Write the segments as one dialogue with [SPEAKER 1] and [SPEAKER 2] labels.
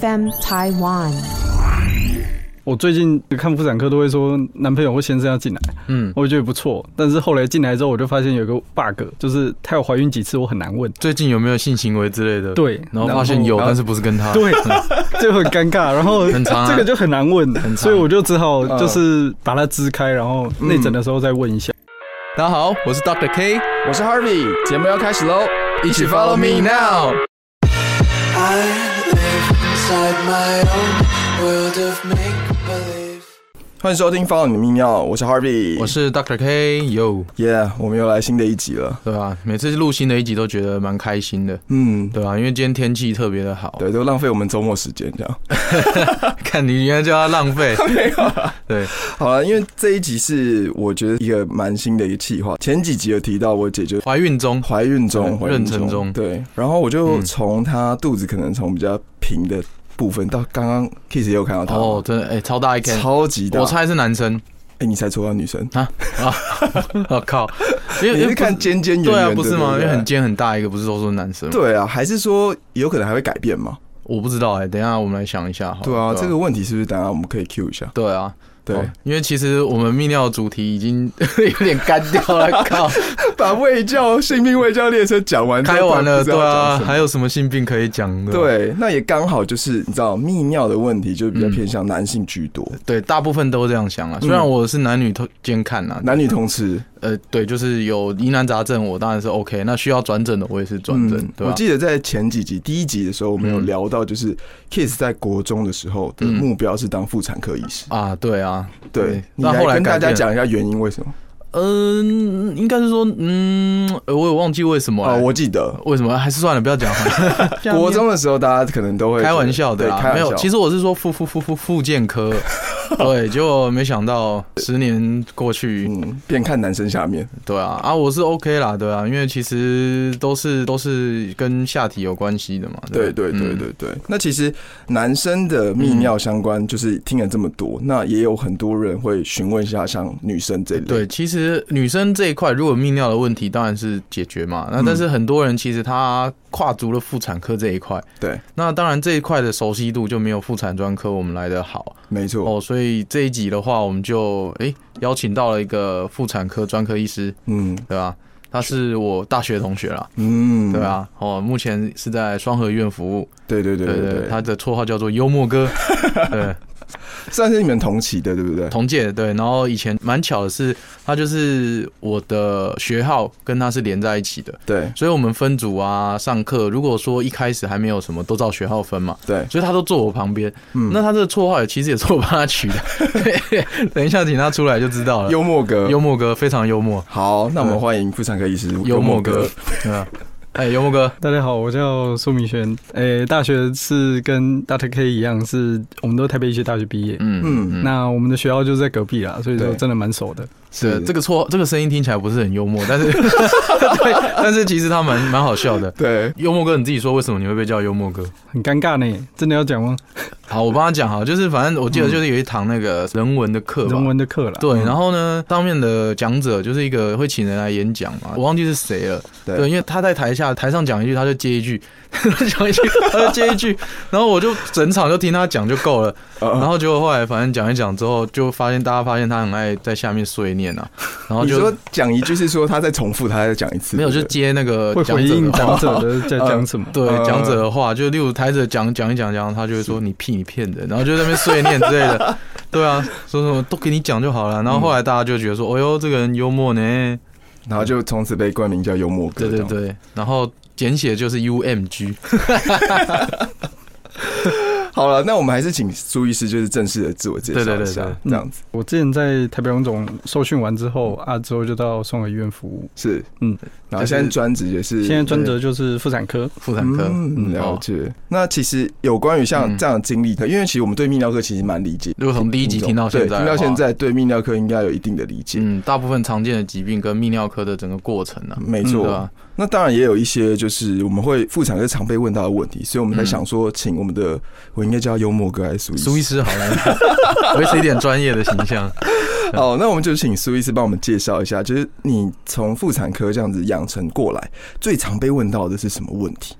[SPEAKER 1] FM Taiwan。
[SPEAKER 2] 我最近看妇产科都会说男朋友或先生要进来，
[SPEAKER 3] 嗯，
[SPEAKER 2] 我觉得不错。但是后来进来之后，我就发现有个 bug，就是她有怀孕几次，我很难问。
[SPEAKER 3] 最近有没有性行为之类的？，
[SPEAKER 2] 对，
[SPEAKER 3] 然后发现有，
[SPEAKER 2] 然后
[SPEAKER 3] 但是不是跟 他？
[SPEAKER 2] 对， 这很尴尬。然后
[SPEAKER 3] 很长啊
[SPEAKER 2] 这个就很难问，
[SPEAKER 3] 长嗯
[SPEAKER 2] 所以我就只好就是把它支开，然后内诊的时候再问一
[SPEAKER 3] 嗯
[SPEAKER 2] 下。
[SPEAKER 3] 大家好，我是 Dr. K，
[SPEAKER 4] 我是 Harvey，节目要开始喽，
[SPEAKER 3] 一起 follow me now。
[SPEAKER 5] I live inside my own world of make believe.
[SPEAKER 4] 欢迎收听《放你的泌尿》，我是 Harvey，
[SPEAKER 3] 我是 Dr. K，哟，
[SPEAKER 4] Yeah，我们又来新的一集了。
[SPEAKER 3] 对啊，每次录新的一集都觉得蛮开心的，
[SPEAKER 4] 嗯，
[SPEAKER 3] 对啊，因为今天天气特别的好，
[SPEAKER 4] 对，都浪费我们周末时间这样。
[SPEAKER 3] 看你原来就要浪费，
[SPEAKER 4] 没有啊
[SPEAKER 3] 对，
[SPEAKER 4] 好了，因为这一集是我觉得一个蛮新的一个计划。前几集有提到我姐姐
[SPEAKER 3] 怀孕中，
[SPEAKER 4] 怀孕中，
[SPEAKER 3] 嗯
[SPEAKER 4] 怀孕
[SPEAKER 3] 妊娠中
[SPEAKER 4] 对，然后我就
[SPEAKER 3] 嗯
[SPEAKER 4] 从她肚子可能从比较平的部分到刚刚 Kiss 也有看到她，
[SPEAKER 3] 哦，真的，哎，超大一根，
[SPEAKER 4] 超级大。
[SPEAKER 3] 我猜是 男生，
[SPEAKER 4] 哎，你猜错了，女生，
[SPEAKER 3] 我靠，因为
[SPEAKER 4] 你
[SPEAKER 3] 因
[SPEAKER 4] 是
[SPEAKER 3] 为
[SPEAKER 4] 看
[SPEAKER 3] 不
[SPEAKER 4] 尖尖圆
[SPEAKER 3] 对
[SPEAKER 4] 圆
[SPEAKER 3] 啊，
[SPEAKER 4] 的，
[SPEAKER 3] 不是吗？因
[SPEAKER 4] 对
[SPEAKER 3] 为
[SPEAKER 4] 对
[SPEAKER 3] 很。尖很大一个，不是都说男生吗？
[SPEAKER 4] 对啊，还是说有可能还会改变嘛？
[SPEAKER 3] 我不知道哎，等一下我们来想一下好了，
[SPEAKER 4] 对啊，这个问题是不是等下我们可以 Q 一下？
[SPEAKER 3] 对啊。
[SPEAKER 4] 对，
[SPEAKER 3] 哦因为其实我们泌尿的主题已经 有点干掉 了，靠，
[SPEAKER 4] 把卫教性病卫教列车讲完，
[SPEAKER 3] 开完了，
[SPEAKER 4] 不知
[SPEAKER 3] 对
[SPEAKER 4] 道
[SPEAKER 3] 啊，
[SPEAKER 4] 讲什么
[SPEAKER 3] 还有什么性病可以讲的？
[SPEAKER 4] 对，那也刚好就是你知道泌尿的问题，就比较
[SPEAKER 3] 嗯
[SPEAKER 4] 偏向男性居多，
[SPEAKER 3] 对，大部分都这样想啊。虽然我是男女间看啊，
[SPEAKER 4] 男女通吃。
[SPEAKER 3] 呃，对，就是有疑难杂症，我当然是 OK。那需要转诊的，我也是转诊
[SPEAKER 4] 嗯，
[SPEAKER 3] 对吧？啊
[SPEAKER 4] 我记得在前几集第一集的时候，我们有
[SPEAKER 3] 嗯
[SPEAKER 4] 聊到，就是 Kiss 在国中的时候的
[SPEAKER 3] 嗯
[SPEAKER 4] 目标是当妇产科医师。
[SPEAKER 3] 啊，对啊，
[SPEAKER 4] 对，你
[SPEAKER 3] 那后来
[SPEAKER 4] 跟大家
[SPEAKER 3] 改变了，
[SPEAKER 4] 讲一下原因为什么？
[SPEAKER 3] 嗯，应该是说，嗯，呃我也忘记为什么
[SPEAKER 4] 哦，
[SPEAKER 3] 了，
[SPEAKER 4] 我记得
[SPEAKER 3] 为什么 还是算了，不要讲好了。
[SPEAKER 4] 国中的时候，大家可能都会
[SPEAKER 3] 开玩笑的
[SPEAKER 4] 对，开
[SPEAKER 3] 啦，
[SPEAKER 4] 玩
[SPEAKER 3] 没有
[SPEAKER 4] 笑。，
[SPEAKER 3] 其实我是说复复复复复健 科，对，结果没想到十年过去，
[SPEAKER 4] 嗯，边看男生下面，
[SPEAKER 3] 对啊，啊，我是 OK 啦，对啊，因为其实都是都是跟下体有关系的嘛，
[SPEAKER 4] 对
[SPEAKER 3] 吧
[SPEAKER 4] 对对
[SPEAKER 3] 嗯
[SPEAKER 4] 对对。那其实男生的泌尿相关，就是听了这么多，
[SPEAKER 3] 嗯
[SPEAKER 4] 那也有很多人会询问一下像女生这一类。
[SPEAKER 3] 对，其实女生这一块如果有泌尿的问题，当然是解决嘛。那
[SPEAKER 4] 嗯
[SPEAKER 3] 但是很多人其实他跨足了妇产科这一块，
[SPEAKER 4] 对，
[SPEAKER 3] 那当然这一块的熟悉度就没有妇产专科我们来的好
[SPEAKER 4] 没错。
[SPEAKER 3] 哦。所以这一集的话，我们就诶、邀请到了一个妇产科专科医师，
[SPEAKER 4] 嗯
[SPEAKER 3] 对吧？他是我大学同学啦，
[SPEAKER 4] 嗯，
[SPEAKER 3] 对，啊，哦，目前是在双合医院服务，
[SPEAKER 4] 对对对
[SPEAKER 3] 对
[SPEAKER 4] 对
[SPEAKER 3] 对
[SPEAKER 4] 对，
[SPEAKER 3] 他的绰号叫做幽 默哥，对，
[SPEAKER 4] 算是你们同期的，对不对？
[SPEAKER 3] 同届对。然后以前蛮巧的是，他就是我的学号跟他是连在一起的，
[SPEAKER 4] 对
[SPEAKER 3] 所以我们分组啊，上课如果说一开始还没有什么，都照学号分嘛，
[SPEAKER 4] 对，
[SPEAKER 3] 所以他都坐我旁边。
[SPEAKER 4] 嗯
[SPEAKER 3] 那他这个绰号也其实也是我帮他 取的，等一下请他出来就知道了。
[SPEAKER 4] 幽默哥，
[SPEAKER 3] 幽默哥非常幽默，
[SPEAKER 4] 好，那我们欢迎妇产科医师
[SPEAKER 3] 幽默哥，，对啊，哎，幽默哥，
[SPEAKER 2] 大家好，我叫苏明轩，诶、大学是跟大 T K 一样，是我们都台北医学大学毕业。
[SPEAKER 3] 嗯
[SPEAKER 4] 嗯
[SPEAKER 3] 嗯，
[SPEAKER 2] 那我们的学校就在隔壁啦，所以说
[SPEAKER 4] 对
[SPEAKER 2] 真的蛮熟的。
[SPEAKER 3] 是这个绰这个声音听起来不是很幽默，但是 对，但是其实他蛮蛮好笑的。
[SPEAKER 4] 对，
[SPEAKER 3] 幽默哥，你自己说为什么你会被叫幽默哥？
[SPEAKER 2] 很尴尬呢，真的要讲吗？
[SPEAKER 3] 好，我帮他讲哈，就是反正我记得就是有一堂那个人文的课吧
[SPEAKER 2] 人。文的课啦。
[SPEAKER 3] 对，然后呢，上面的讲者就是一个会请人来演讲嘛，我忘记是谁了。
[SPEAKER 4] 对
[SPEAKER 3] 对，因为他在台下台上讲一句，他就接一句， 他讲一句，他就接一句，然后我就整场就听他讲就够了。然
[SPEAKER 4] 然
[SPEAKER 3] 后结果后来反正讲一讲之后，就发现大家发现他很爱在下面碎念啊，然后
[SPEAKER 4] 你
[SPEAKER 3] 就
[SPEAKER 4] 说讲一句是说他再重复，他再讲一次，
[SPEAKER 3] 没有就
[SPEAKER 4] 对不对
[SPEAKER 3] 接那个
[SPEAKER 2] 会
[SPEAKER 3] 讲
[SPEAKER 2] 回
[SPEAKER 3] 者
[SPEAKER 2] 应
[SPEAKER 3] 的话
[SPEAKER 2] 讲。者的在讲什么。
[SPEAKER 3] 对
[SPEAKER 4] 呃
[SPEAKER 3] 讲者的话，就例如台者讲讲一讲讲，他就会说你屁你骗人，然后就在那边碎念之类 的，对啊，说什么都给你讲就好了。
[SPEAKER 4] 嗯
[SPEAKER 3] 然后后来大家就觉得说，哦呦，这个人幽默呢，
[SPEAKER 4] 然后就从此被冠名叫幽默哥，
[SPEAKER 3] 对对对，然后简写就是 UMG，
[SPEAKER 4] 好了，那我们还是请苏医师就是正式的自我介绍一下，
[SPEAKER 3] 对对对对
[SPEAKER 4] 这样子
[SPEAKER 2] 我之前在台北荣总受训完之后啊，之后就到松和医院服务。
[SPEAKER 4] 是
[SPEAKER 2] 嗯，
[SPEAKER 4] 然后现在专职也是
[SPEAKER 2] 现在专责就是妇产科。
[SPEAKER 3] 妇产科，哦嗯
[SPEAKER 4] 嗯，了解。那其实有关于像这样的经历，可因为其实我们对泌尿科其实蛮理解，
[SPEAKER 3] 如果从第一集听到现在的
[SPEAKER 4] 对
[SPEAKER 3] 话，
[SPEAKER 4] 听到现在对泌尿科应该有一定的理解。
[SPEAKER 3] 嗯，大部分常见的疾病跟泌尿科的整个过程呢、啊，
[SPEAKER 4] 没
[SPEAKER 3] 对
[SPEAKER 4] 错
[SPEAKER 3] 吧，？
[SPEAKER 4] 那当然也有一些就是我们会妇产科常被问到的问题，所以我们才
[SPEAKER 3] 嗯
[SPEAKER 4] 想说，请我们的我应该叫幽默哥还是苏医
[SPEAKER 3] 苏医
[SPEAKER 4] 师？
[SPEAKER 3] 师好了，维持一点专业的形象。
[SPEAKER 4] 哦，那我们就请苏医师帮我们介绍一下，就是你从妇产科这样子养成过来，最常被问到的是什么问题？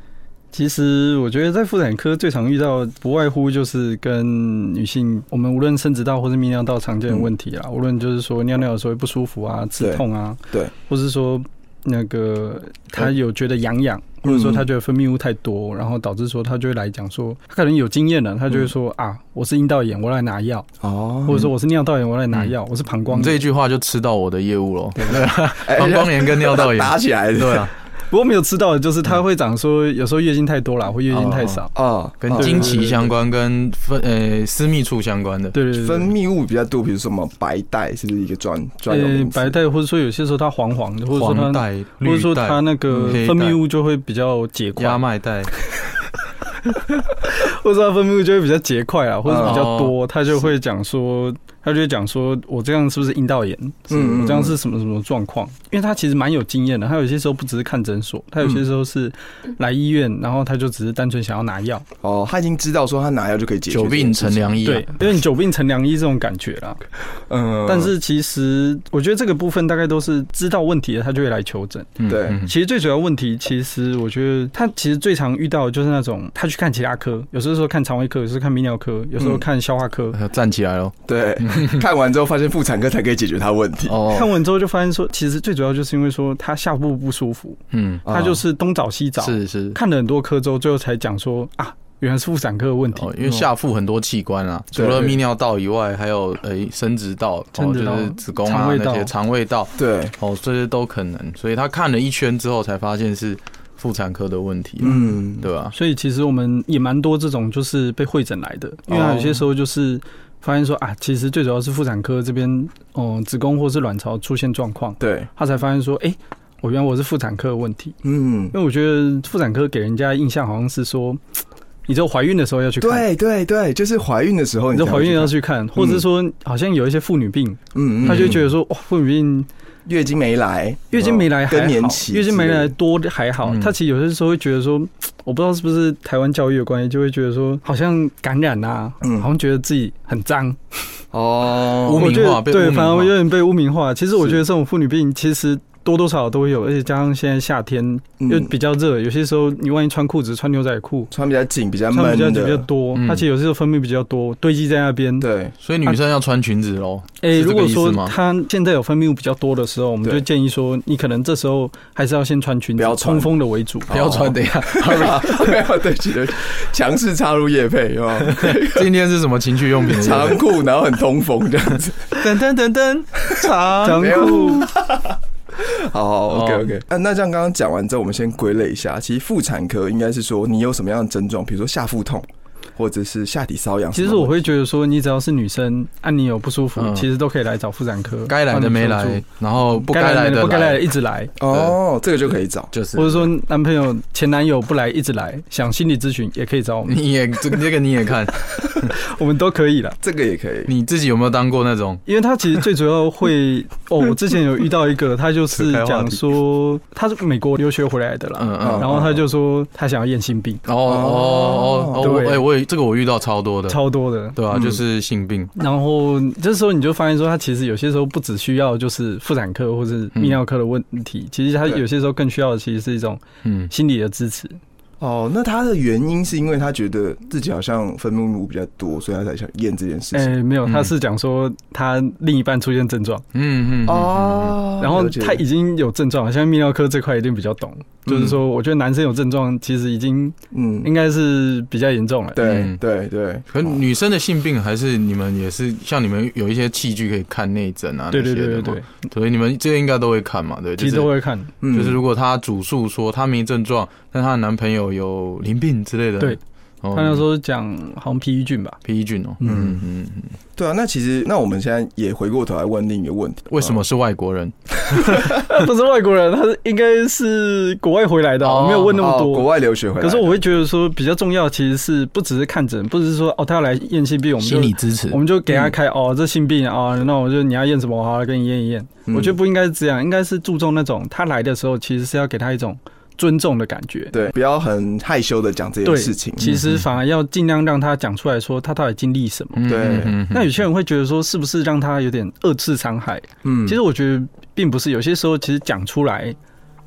[SPEAKER 2] 其实我觉得在妇产科最常遇到，不外乎就是跟女性，我们无论生殖道或是泌尿道常见的问题啦，啊无论就是说尿尿的时候会不舒服啊、刺痛啊，
[SPEAKER 4] 对，
[SPEAKER 2] 或是说那个她有觉得痒痒，
[SPEAKER 4] 嗯
[SPEAKER 2] 或者说她觉得分泌物太多，然后导致说她就会来讲说，她可能有经验了，她就会说、啊，我是阴道炎，我来拿药，
[SPEAKER 4] 哦
[SPEAKER 2] 或
[SPEAKER 3] 嗯
[SPEAKER 2] 者说我是尿道炎，我来拿药，我是膀胱
[SPEAKER 3] 你
[SPEAKER 2] 炎。
[SPEAKER 3] 这一句话就吃到我的业务喽，啊膀胱炎跟尿道炎，
[SPEAKER 4] 哎 打起来的，
[SPEAKER 3] 对啊，
[SPEAKER 2] 不过没有吃到的就是她会讲说，有时候月经太多啦，或月经太
[SPEAKER 3] 哦
[SPEAKER 2] 少。
[SPEAKER 4] 啊，
[SPEAKER 3] 跟经期相关，跟分呃私密处相关的，
[SPEAKER 2] 对对对对，
[SPEAKER 4] 分泌物比较多，比如说什么白带，是不是一个专专有
[SPEAKER 2] 呃
[SPEAKER 4] 名，词？
[SPEAKER 2] 白带或者说有些时候它黄黄的，或者说它，
[SPEAKER 3] 黄带、
[SPEAKER 2] 或者
[SPEAKER 3] 绿
[SPEAKER 2] 说它
[SPEAKER 3] 带、嗯
[SPEAKER 2] 那个
[SPEAKER 3] 黑带
[SPEAKER 2] 分泌物就会比较结块，
[SPEAKER 3] 压脉带，
[SPEAKER 2] 或者说它分泌物就会比较结块
[SPEAKER 3] 哦
[SPEAKER 2] 啊，或者是比较多，它就会讲说，它就会讲说我这样是不是阴道炎？
[SPEAKER 4] 嗯嗯
[SPEAKER 2] 嗯，我这样是什么什么状况？因为他其实蛮有经验的，他有些时候不只是看诊所，他有
[SPEAKER 3] 嗯
[SPEAKER 2] 些时候是来医院，然后他就只是单纯想要拿药，
[SPEAKER 3] 嗯
[SPEAKER 4] 哦，他已经知道说他拿药就可以解决
[SPEAKER 3] 久病成
[SPEAKER 4] 这件事情，
[SPEAKER 3] 良医、啊
[SPEAKER 2] 对，，有点久病成良医这种感觉啦。
[SPEAKER 4] 嗯
[SPEAKER 2] 但是其实我觉得这个部分大概都是知道问题的，他就会来求诊。
[SPEAKER 3] 嗯
[SPEAKER 4] 对
[SPEAKER 3] 嗯
[SPEAKER 2] 其实最主要问题，其实我觉得他其实最常遇到的就是那种他去看其他科，有时候说看肠胃科，有时候看泌尿科，有时候看消化科。
[SPEAKER 3] 呃 站起来喽，
[SPEAKER 4] 对，看完之后发现妇产科才可以解决他问 题，
[SPEAKER 2] 看
[SPEAKER 3] 哦，
[SPEAKER 2] 完之后就发现说，其实最主要就是因为说他下部不舒服，
[SPEAKER 3] 嗯，
[SPEAKER 4] 啊
[SPEAKER 2] 他就是东找西找，
[SPEAKER 3] 是是，
[SPEAKER 2] 看了很多科之后，最后才讲说啊，原来是妇产科的问题。
[SPEAKER 3] 哦，因为下腹很多器官啊，除了泌尿道以外，还有诶生殖道，哦
[SPEAKER 2] 生
[SPEAKER 3] 就
[SPEAKER 2] 殖道
[SPEAKER 3] 是子宫啊
[SPEAKER 2] 肠胃
[SPEAKER 3] 那些
[SPEAKER 2] 道
[SPEAKER 3] 肠胃道，
[SPEAKER 4] 对，
[SPEAKER 3] 哦这些都可能。所以他看了一圈之后，才发现是妇产科的问题，啊
[SPEAKER 4] 嗯，
[SPEAKER 3] 对吧？
[SPEAKER 2] 所以其实我们也蛮多这种就是被会诊来的，因为他有些时候就是发现说啊，其实最主要是妇产科这边，嗯、子宫或是卵巢出现状况，
[SPEAKER 4] 对，
[SPEAKER 2] 他才发现说，哎、我原来我是妇产科哦的问题。
[SPEAKER 4] 嗯，
[SPEAKER 2] 因为我觉得妇产科给人家印象好像是说，你只有怀孕的时候要去看，
[SPEAKER 4] 对对对，就是怀孕的时候
[SPEAKER 2] 你
[SPEAKER 4] 你
[SPEAKER 2] 只
[SPEAKER 4] 才
[SPEAKER 2] 有怀
[SPEAKER 4] 会去看，
[SPEAKER 2] 孕要去看，或者是说好像有一些妇女病，
[SPEAKER 4] 嗯，嗯，
[SPEAKER 2] 她就觉
[SPEAKER 4] 得
[SPEAKER 2] 得说哇，妇女病
[SPEAKER 4] 月经没来，
[SPEAKER 2] 月经没来还
[SPEAKER 4] 哦更
[SPEAKER 2] 好
[SPEAKER 4] 年期之类
[SPEAKER 2] 月
[SPEAKER 4] 的，
[SPEAKER 2] 经没来多还好
[SPEAKER 3] 嗯，
[SPEAKER 2] 她其实有些时候会觉得说，我不知道是不是台湾教育的关系，就会觉得说好像感染啊
[SPEAKER 4] 嗯，
[SPEAKER 2] 好像觉得自己很脏，
[SPEAKER 4] 哦，
[SPEAKER 3] 污
[SPEAKER 2] 我
[SPEAKER 3] 名
[SPEAKER 2] 觉
[SPEAKER 3] 化
[SPEAKER 2] 得
[SPEAKER 3] 被污
[SPEAKER 2] 对，
[SPEAKER 3] 名
[SPEAKER 2] 反而
[SPEAKER 3] 化
[SPEAKER 2] 有点被污名化。其实我
[SPEAKER 4] 是
[SPEAKER 2] 觉得这种妇女病其实。多多少少都会有，而且加上现在夏天
[SPEAKER 4] 嗯
[SPEAKER 2] 又比较热，有些时候你万一穿裤子、穿牛仔裤，
[SPEAKER 4] 穿比较紧，比较
[SPEAKER 2] 它
[SPEAKER 4] 闷
[SPEAKER 2] 比较比较
[SPEAKER 4] 的，
[SPEAKER 2] 多
[SPEAKER 3] 嗯，
[SPEAKER 2] 它其实有时候分泌比较多，堆积在那边。，
[SPEAKER 4] 对，
[SPEAKER 3] 所以女生要穿裙子喽，
[SPEAKER 4] 哦
[SPEAKER 2] 诶，
[SPEAKER 3] 是
[SPEAKER 2] 如
[SPEAKER 3] 这个
[SPEAKER 2] 果
[SPEAKER 3] 意思
[SPEAKER 2] 说
[SPEAKER 3] 吗？
[SPEAKER 2] 它现在有分泌物比较多的时候，我们
[SPEAKER 4] 对
[SPEAKER 2] 就建议说，你可能这时候还是要先穿裙
[SPEAKER 4] 不
[SPEAKER 2] 子
[SPEAKER 4] 要，穿
[SPEAKER 2] 通风的为主。
[SPEAKER 3] 不要穿，等一下，
[SPEAKER 4] 没有，对不起，对不起，强势插入夜 配，有没有
[SPEAKER 3] 今天是什么情趣用品？
[SPEAKER 4] 长裤，然后很通风这样子。
[SPEAKER 3] 噔噔噔噔，
[SPEAKER 2] 长
[SPEAKER 4] 没
[SPEAKER 2] 裤
[SPEAKER 4] 有好
[SPEAKER 3] 哦
[SPEAKER 4] ，OK OK。啊，那这样刚刚讲完之后，我们先归类一下。其实妇产科应该是说你有什么样的症状，比如说下腹痛，或者是下体瘙痒什
[SPEAKER 2] 其
[SPEAKER 4] 么的。
[SPEAKER 2] 实我会觉得说，你只要是女生，啊，你有不舒服，
[SPEAKER 3] 嗯
[SPEAKER 2] 其实都可以来找妇产科，
[SPEAKER 3] 该来的
[SPEAKER 2] 帮
[SPEAKER 3] 没
[SPEAKER 2] 你
[SPEAKER 3] 来
[SPEAKER 2] 做，
[SPEAKER 3] 然后不
[SPEAKER 2] 不
[SPEAKER 3] 该来的
[SPEAKER 2] 不该来的一直来，
[SPEAKER 4] 哦，这个就可以找。
[SPEAKER 3] 就是
[SPEAKER 2] 或者说男朋友前男友不来一直来，想心理咨询也可以找我们，
[SPEAKER 3] 你也 这这个你也看，
[SPEAKER 2] 我们都可以啦。
[SPEAKER 4] 这个也可以，
[SPEAKER 3] 你自己有没有当过那种？
[SPEAKER 2] 因为他其实最主要会 哦，我之前有遇到一个，他就是
[SPEAKER 3] 扯开话题
[SPEAKER 2] 讲说他是美国留学回来的啦，
[SPEAKER 3] 嗯嗯。
[SPEAKER 2] 然后他就说他想要验性病，
[SPEAKER 3] 哦哦哦哦，
[SPEAKER 2] 对
[SPEAKER 3] 我哎，我也这个我遇到超多的，
[SPEAKER 2] 超多的。
[SPEAKER 3] 对啊，
[SPEAKER 4] 嗯
[SPEAKER 3] 就是性病，
[SPEAKER 2] 然后这时候你就发现说，他其实有些时候不只需要就是妇产科或是泌尿科的问题，其实他
[SPEAKER 4] 对
[SPEAKER 2] 有些时候更需要的其实是一种
[SPEAKER 3] 嗯，
[SPEAKER 2] 心理的支持。
[SPEAKER 4] 哦，那他的原因是因为他觉得自己好像分泌物比较多，所以他才想验这件事情。
[SPEAKER 2] 哎，没有，
[SPEAKER 3] 嗯
[SPEAKER 2] 他是讲说他另一半出现症状，
[SPEAKER 3] 嗯嗯嗯哦，
[SPEAKER 4] 哦
[SPEAKER 2] 然后
[SPEAKER 4] 了解
[SPEAKER 2] 他已经有症状了，像泌尿科这块一定比较懂，就是说我觉得男生有症状其实已经应
[SPEAKER 4] 嗯，
[SPEAKER 2] 该是比较严重了。
[SPEAKER 4] 对
[SPEAKER 3] 嗯
[SPEAKER 4] 对对，
[SPEAKER 3] 可女生的性病还是你们也是像你们有一些器具可以看内诊啊，
[SPEAKER 2] 对对
[SPEAKER 3] 那
[SPEAKER 2] 对
[SPEAKER 3] 些
[SPEAKER 2] 对
[SPEAKER 3] 的嘛
[SPEAKER 2] 对，，
[SPEAKER 3] 所以你们这个应该都会看嘛，对，
[SPEAKER 2] 其
[SPEAKER 3] 就
[SPEAKER 2] 实
[SPEAKER 3] 是
[SPEAKER 2] 都会看。
[SPEAKER 4] 嗯
[SPEAKER 3] 就是如果她主诉说她没症状，但她的男朋友有淋病之类的，哦
[SPEAKER 2] 对，
[SPEAKER 3] 他
[SPEAKER 2] 他那时候讲好像皮衣菌吧，
[SPEAKER 3] 皮衣菌哦，嗯
[SPEAKER 2] 嗯
[SPEAKER 3] 嗯，嗯
[SPEAKER 4] 对啊，那其实那我们现在也回过头来问另一个问题，
[SPEAKER 3] 为什么是外国人？
[SPEAKER 2] 哦他不是外国人，他是应该是国外回来的啊，
[SPEAKER 3] 哦
[SPEAKER 2] 我没有问那
[SPEAKER 4] 哦
[SPEAKER 2] 么多。
[SPEAKER 4] 国外留学回来的？
[SPEAKER 2] 可是我会觉得说比较重要，其实是不只是看诊，不只是说哦他要来验性病，我们就
[SPEAKER 3] 心理支持
[SPEAKER 2] 我，们就给他
[SPEAKER 4] 嗯
[SPEAKER 2] 开、哦这性病啊、那我就你要验什么，我好好给你验一验。
[SPEAKER 4] 嗯
[SPEAKER 2] 我觉得不应该是这样，应该是注重那种他来的时候其实是要给他一种尊重的感觉。
[SPEAKER 4] 对，不要很害羞的讲这件
[SPEAKER 2] 对
[SPEAKER 4] 事情。嗯
[SPEAKER 2] 其实反而要尽量让他讲出来说他到底经历什么。
[SPEAKER 3] 嗯
[SPEAKER 4] 对
[SPEAKER 3] 嗯嗯嗯
[SPEAKER 2] 那有些人会觉得说是不是让他有点二次伤害？
[SPEAKER 4] 嗯
[SPEAKER 2] 其实我觉得并不是，有些时候其实讲出来，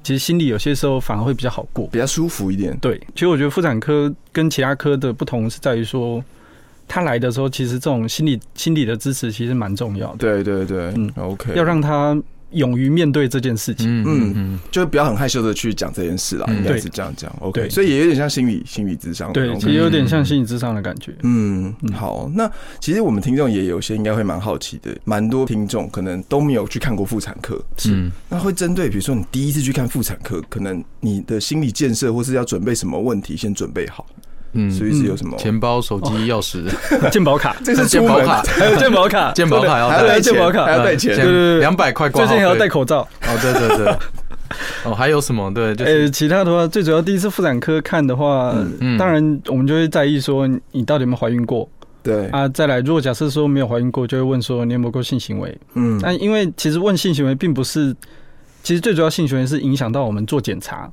[SPEAKER 2] 其实心里有些时候反而会比较好过。
[SPEAKER 4] 比较舒服一点。
[SPEAKER 2] 对，其实我觉得妇产科跟其他科的不同是在于说，他来的时候，其实这种心理心理的支持其实蛮重要的，
[SPEAKER 4] 对对对，嗯
[SPEAKER 2] 嗯
[SPEAKER 4] ，OK，
[SPEAKER 2] 要让他勇于面对这件事情。
[SPEAKER 3] 嗯嗯嗯，
[SPEAKER 4] 就不要很害羞的去讲这件事啦，
[SPEAKER 3] 嗯
[SPEAKER 4] 应该
[SPEAKER 2] 对
[SPEAKER 4] 是这样讲。OK，
[SPEAKER 2] 对
[SPEAKER 4] 所以也有点像心理心理智商的那
[SPEAKER 2] 对，
[SPEAKER 4] 种
[SPEAKER 2] 其实有点像心理智商的感觉。
[SPEAKER 4] 嗯，
[SPEAKER 2] 嗯
[SPEAKER 4] 好，那其实我们听众也有些应该会蛮好奇的，蛮多听众可能都没有去看过妇产科，
[SPEAKER 3] 嗯
[SPEAKER 4] 那会针对比如说你第一次去看妇产科，可能你的心理建设或是要准备什么问题先准备好，
[SPEAKER 3] 嗯
[SPEAKER 4] 所以是有什么？哦
[SPEAKER 3] 钱包、手机、钥匙、
[SPEAKER 2] 健保卡，
[SPEAKER 4] 这是
[SPEAKER 3] 健
[SPEAKER 4] 出
[SPEAKER 3] 保
[SPEAKER 4] 门
[SPEAKER 3] 卡
[SPEAKER 2] 还有健保 卡，
[SPEAKER 3] 健保卡要
[SPEAKER 4] 还
[SPEAKER 3] 带
[SPEAKER 4] 要带
[SPEAKER 2] 对健保
[SPEAKER 4] 钱，
[SPEAKER 2] 卡
[SPEAKER 4] 还要带钱
[SPEAKER 2] 对对，对
[SPEAKER 3] 两百块挂
[SPEAKER 2] 最近
[SPEAKER 3] 号费，
[SPEAKER 2] 还要戴口罩。
[SPEAKER 3] 哦，对对对，哦，还有什么？对，就是
[SPEAKER 2] 呃，其他的话，最主要第一次妇产科看的话，
[SPEAKER 3] 嗯
[SPEAKER 2] 当然我们就会在意说你到底有没有怀孕过
[SPEAKER 4] 对，
[SPEAKER 2] 啊。再来，如果假设说没有怀孕过，就会问说你有没有过性行为。
[SPEAKER 4] 嗯，
[SPEAKER 2] 但因为其实问性行为并不是，其实最主要性行为是影响到我们做检查，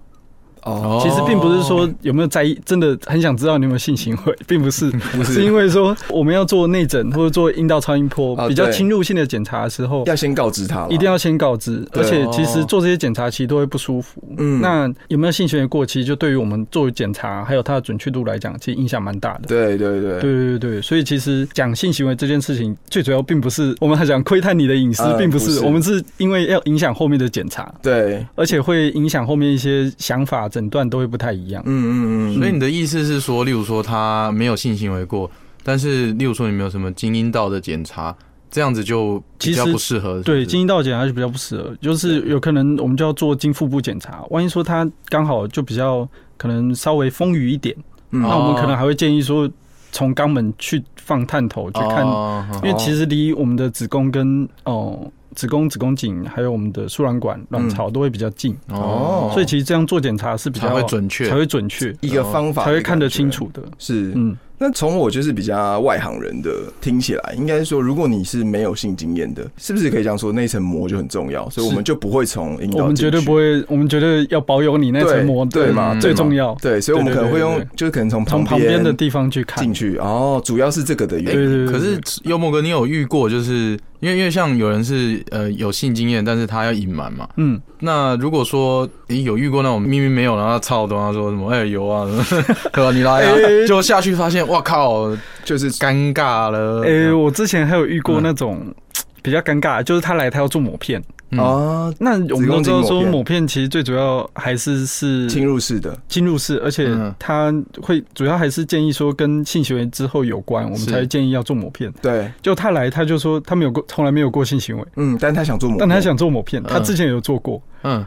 [SPEAKER 4] 哦
[SPEAKER 2] 呃其实并不是说嗯有没有在意，真的很想知道你有没有性行为，并不 是，是因为说我们要做内诊或者做阴道超音波
[SPEAKER 4] 哦
[SPEAKER 2] 比较
[SPEAKER 4] 对
[SPEAKER 2] 侵入性的检查的时候，
[SPEAKER 4] 要先告知他啦，
[SPEAKER 2] 一定要先告知，而
[SPEAKER 4] 对哦
[SPEAKER 2] 且其实做这些检查其实都会不舒服。
[SPEAKER 4] 嗯
[SPEAKER 2] 那有没有性行为过，其实就对于我们做检查还有它的准确度来讲，其实影响蛮大的。
[SPEAKER 4] 对对
[SPEAKER 2] 对
[SPEAKER 4] 对
[SPEAKER 2] 对对，所以其实讲性行为这件事情，最主要并不是我们还想窥探你的隐私
[SPEAKER 4] 呃，
[SPEAKER 2] 并不
[SPEAKER 4] 不
[SPEAKER 2] 是，
[SPEAKER 4] 是
[SPEAKER 2] 我们是因为要影响后面的检查，
[SPEAKER 4] 对，
[SPEAKER 2] 而且会影响后面一些想法、诊断都会不太一样。
[SPEAKER 4] 嗯嗯嗯，
[SPEAKER 3] 所以你的意思是说，例如说他没有性行为过，但是例如说你没有什么精阴道的检查，这样子就比较
[SPEAKER 2] 其实
[SPEAKER 3] 不适合。是不
[SPEAKER 2] 对，
[SPEAKER 3] 是
[SPEAKER 2] 经阴道检查就比较不适合，就是有可能我们就要做经腹部检查，万一说它刚好就比较可能稍微丰腴一点，
[SPEAKER 4] 嗯
[SPEAKER 2] 那我们可能
[SPEAKER 3] 哦
[SPEAKER 2] 还会建议说从肛门去放探头去看
[SPEAKER 3] 哦
[SPEAKER 2] 因为其实离我们的子宫跟哦、子宫、子宫颈，还有我们的输卵管、卵
[SPEAKER 4] 嗯
[SPEAKER 2] 巢都会比较近，
[SPEAKER 3] 哦，
[SPEAKER 2] 所以其实这样做检查是比较
[SPEAKER 3] 才会准确
[SPEAKER 2] 才。会准确，
[SPEAKER 4] 一个方法
[SPEAKER 2] 才会看得
[SPEAKER 4] 的感觉
[SPEAKER 2] 清。楚的。
[SPEAKER 4] 是，
[SPEAKER 2] 嗯，
[SPEAKER 4] 那从我就是比较外行人的听起来，应该说，如果你是没有性经验的，是不是可以这样说？那一层膜就很重要，所以我们就不会从引导
[SPEAKER 2] 嗯我们绝对不
[SPEAKER 4] 会
[SPEAKER 2] 会，我们绝对要保有你那层膜，
[SPEAKER 4] 对对嘛
[SPEAKER 2] 嗯
[SPEAKER 4] 对
[SPEAKER 2] 最
[SPEAKER 4] 嘛
[SPEAKER 2] 重要。
[SPEAKER 4] 对，所以我们可能会
[SPEAKER 2] 对
[SPEAKER 4] 用
[SPEAKER 2] 对对，
[SPEAKER 4] 就是可能从
[SPEAKER 2] 从旁边
[SPEAKER 4] 边
[SPEAKER 2] 的地方去看
[SPEAKER 4] 进。去。哦，主要是这个的
[SPEAKER 2] 对
[SPEAKER 4] 原
[SPEAKER 2] 对
[SPEAKER 4] 因。
[SPEAKER 2] 对，
[SPEAKER 3] 可是
[SPEAKER 2] 对
[SPEAKER 3] 幽默哥，你有遇过，就是因为因为像有人是呃有性经验，但是他要隐瞒嘛。
[SPEAKER 2] 嗯，
[SPEAKER 3] 那如果说诶有遇过那种明明没有，然后他操的，他说什么哎、有啊，对吧？你来啊，就下去发现哇靠，
[SPEAKER 4] 就是
[SPEAKER 3] 尴尬嗯了。
[SPEAKER 2] 诶，我之前还有遇过
[SPEAKER 3] 嗯
[SPEAKER 2] 那种比较尴尬，就是他来他要做抹片，
[SPEAKER 3] 嗯
[SPEAKER 4] 啊，
[SPEAKER 2] 那我们都知
[SPEAKER 4] 子宫
[SPEAKER 2] 道
[SPEAKER 4] 颈抹
[SPEAKER 2] 说
[SPEAKER 4] 片
[SPEAKER 2] 抹片其实最主要还是是
[SPEAKER 4] 侵入式的，
[SPEAKER 2] 进入式，而且
[SPEAKER 3] 嗯
[SPEAKER 2] 它会主要还是建议说跟性行为之后有关，我们
[SPEAKER 3] 是
[SPEAKER 2] 才会建议要做抹片。
[SPEAKER 4] 对，
[SPEAKER 2] 就他来，他就说他没有过，从来没有过性行为，
[SPEAKER 4] 嗯，但他想做膜，
[SPEAKER 2] 但他想做抹片，
[SPEAKER 3] 嗯
[SPEAKER 2] 他之前有做过，
[SPEAKER 3] 嗯，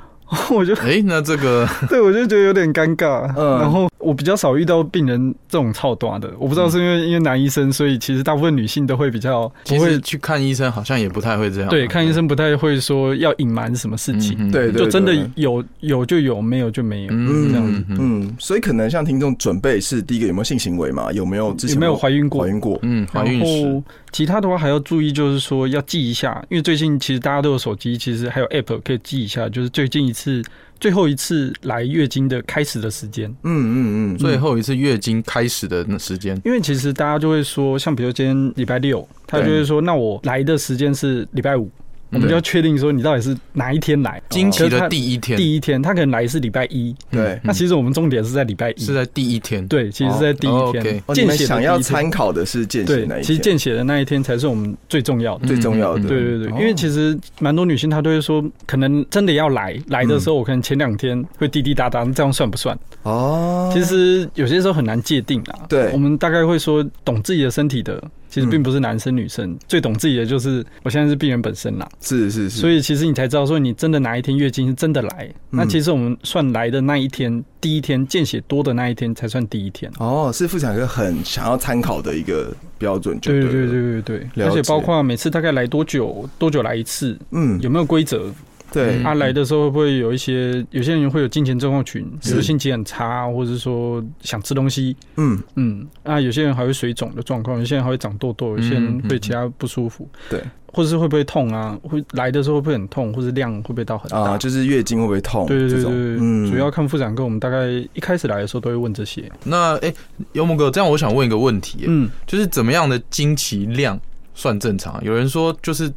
[SPEAKER 2] 我就
[SPEAKER 3] 哎、那这个
[SPEAKER 2] 对我就觉得有点尴尬。
[SPEAKER 4] 嗯
[SPEAKER 2] 然后我比较少遇到病人这种操短的，我不知道是因为因为男医生，所以其实大部分女性都会比较
[SPEAKER 3] 其
[SPEAKER 2] 不
[SPEAKER 3] 实
[SPEAKER 2] 会
[SPEAKER 3] 去看医生好像也不太会这样。
[SPEAKER 2] 对看医生不太会说要隐瞒什么事
[SPEAKER 3] 嗯，
[SPEAKER 2] 情，
[SPEAKER 3] 嗯
[SPEAKER 4] 对对
[SPEAKER 2] 就真的有有就有，没有就没有。
[SPEAKER 3] 嗯
[SPEAKER 4] 嗯
[SPEAKER 3] 这样子
[SPEAKER 4] 嗯，嗯，所以可能像听众准备是第一个有没有性行为嘛？有没有之前
[SPEAKER 2] 有没有怀孕过
[SPEAKER 4] 怀孕过？
[SPEAKER 3] 嗯，怀孕
[SPEAKER 2] 然
[SPEAKER 3] 史
[SPEAKER 2] 后其他的话还要注意，就是说要记一下，因为最近其实大家都有手机，其实还有 App 可以记一下，就是最近一次、最后一次来月经的开始的时间。
[SPEAKER 4] 嗯嗯嗯，
[SPEAKER 3] 最后一次月经开始的那时间，
[SPEAKER 2] 因为其实大家就会说，像比如今天礼拜六，他就会说，那我来的时间是礼拜五，我们就要确定说你到底是哪一天来。
[SPEAKER 3] 经期
[SPEAKER 2] 可是
[SPEAKER 3] 嗯的
[SPEAKER 2] 他
[SPEAKER 3] 第一天，嗯
[SPEAKER 2] 第一天，他可能来是礼拜一，
[SPEAKER 4] 对。
[SPEAKER 2] 那其实我们重点是在礼拜一，
[SPEAKER 3] 是在第一天。
[SPEAKER 2] 对，其实是在第
[SPEAKER 3] 哦
[SPEAKER 2] 一
[SPEAKER 3] ，OK
[SPEAKER 2] 天
[SPEAKER 4] 哦，你
[SPEAKER 2] 见
[SPEAKER 4] 们
[SPEAKER 2] 血的
[SPEAKER 4] 想
[SPEAKER 2] 第
[SPEAKER 4] 要
[SPEAKER 2] 一天
[SPEAKER 4] 参考的是见血那
[SPEAKER 2] 对，
[SPEAKER 4] 一
[SPEAKER 2] 其实
[SPEAKER 4] 天，
[SPEAKER 2] 见血的那一天才是我们最重要的。
[SPEAKER 4] 最重要的
[SPEAKER 3] 嗯嗯嗯
[SPEAKER 2] 对对对，
[SPEAKER 4] 哦
[SPEAKER 2] 因为其实蛮多女性她都会说，可能真的要来来的
[SPEAKER 3] 嗯
[SPEAKER 2] 时候，我可能前两天会滴滴答答，这样算不算？
[SPEAKER 4] 哦，
[SPEAKER 2] 其实有些时候很难界定啊。
[SPEAKER 4] 对
[SPEAKER 2] 我们大概会说，懂自己的身体的，其其实并不是男生女
[SPEAKER 4] 嗯
[SPEAKER 2] 生，最懂自己的就是我现在是病人本身啦。
[SPEAKER 4] 是是是，
[SPEAKER 2] 所
[SPEAKER 4] 以
[SPEAKER 2] 以其实你才知道说你真的哪一天月经是真的来。
[SPEAKER 4] 嗯
[SPEAKER 2] 那其实我们算来的那一天，第一天见血多的那一天才算第一天。
[SPEAKER 4] 哦，是妇产科很想要参考的一个标准，就
[SPEAKER 2] 对
[SPEAKER 4] 对
[SPEAKER 2] 对
[SPEAKER 4] 了，
[SPEAKER 2] 对对对，
[SPEAKER 4] 了
[SPEAKER 2] 而
[SPEAKER 4] 解
[SPEAKER 2] 且包括每次大概来多久，多久来一次，
[SPEAKER 4] 嗯，
[SPEAKER 2] 有没有规则？
[SPEAKER 4] 对
[SPEAKER 3] 嗯
[SPEAKER 2] 他、来的时候会不会有一些有些人会有金钱症候群，比如
[SPEAKER 4] 是
[SPEAKER 2] 心情很差，或者是说想吃东西，
[SPEAKER 4] 嗯，嗯
[SPEAKER 2] 嗯，啊，有些人还会水肿的状况，有些人还会长痘痘，有些人会其他不舒服，
[SPEAKER 4] 对，
[SPEAKER 2] 或者是会不会痛啊？会来的时候会不会很痛，或者量会不会到很大？
[SPEAKER 4] 啊，就是月经会不会痛？
[SPEAKER 2] 对对对
[SPEAKER 4] 这种
[SPEAKER 2] 对，
[SPEAKER 4] 嗯，
[SPEAKER 2] 主要看妇产科，我们大概一开始来的时候都会问这些。
[SPEAKER 3] 那哎，幽梦哥，这样我想问一个问题、
[SPEAKER 2] 嗯，
[SPEAKER 3] 就是怎么样的经期量算正常啊？有人说就是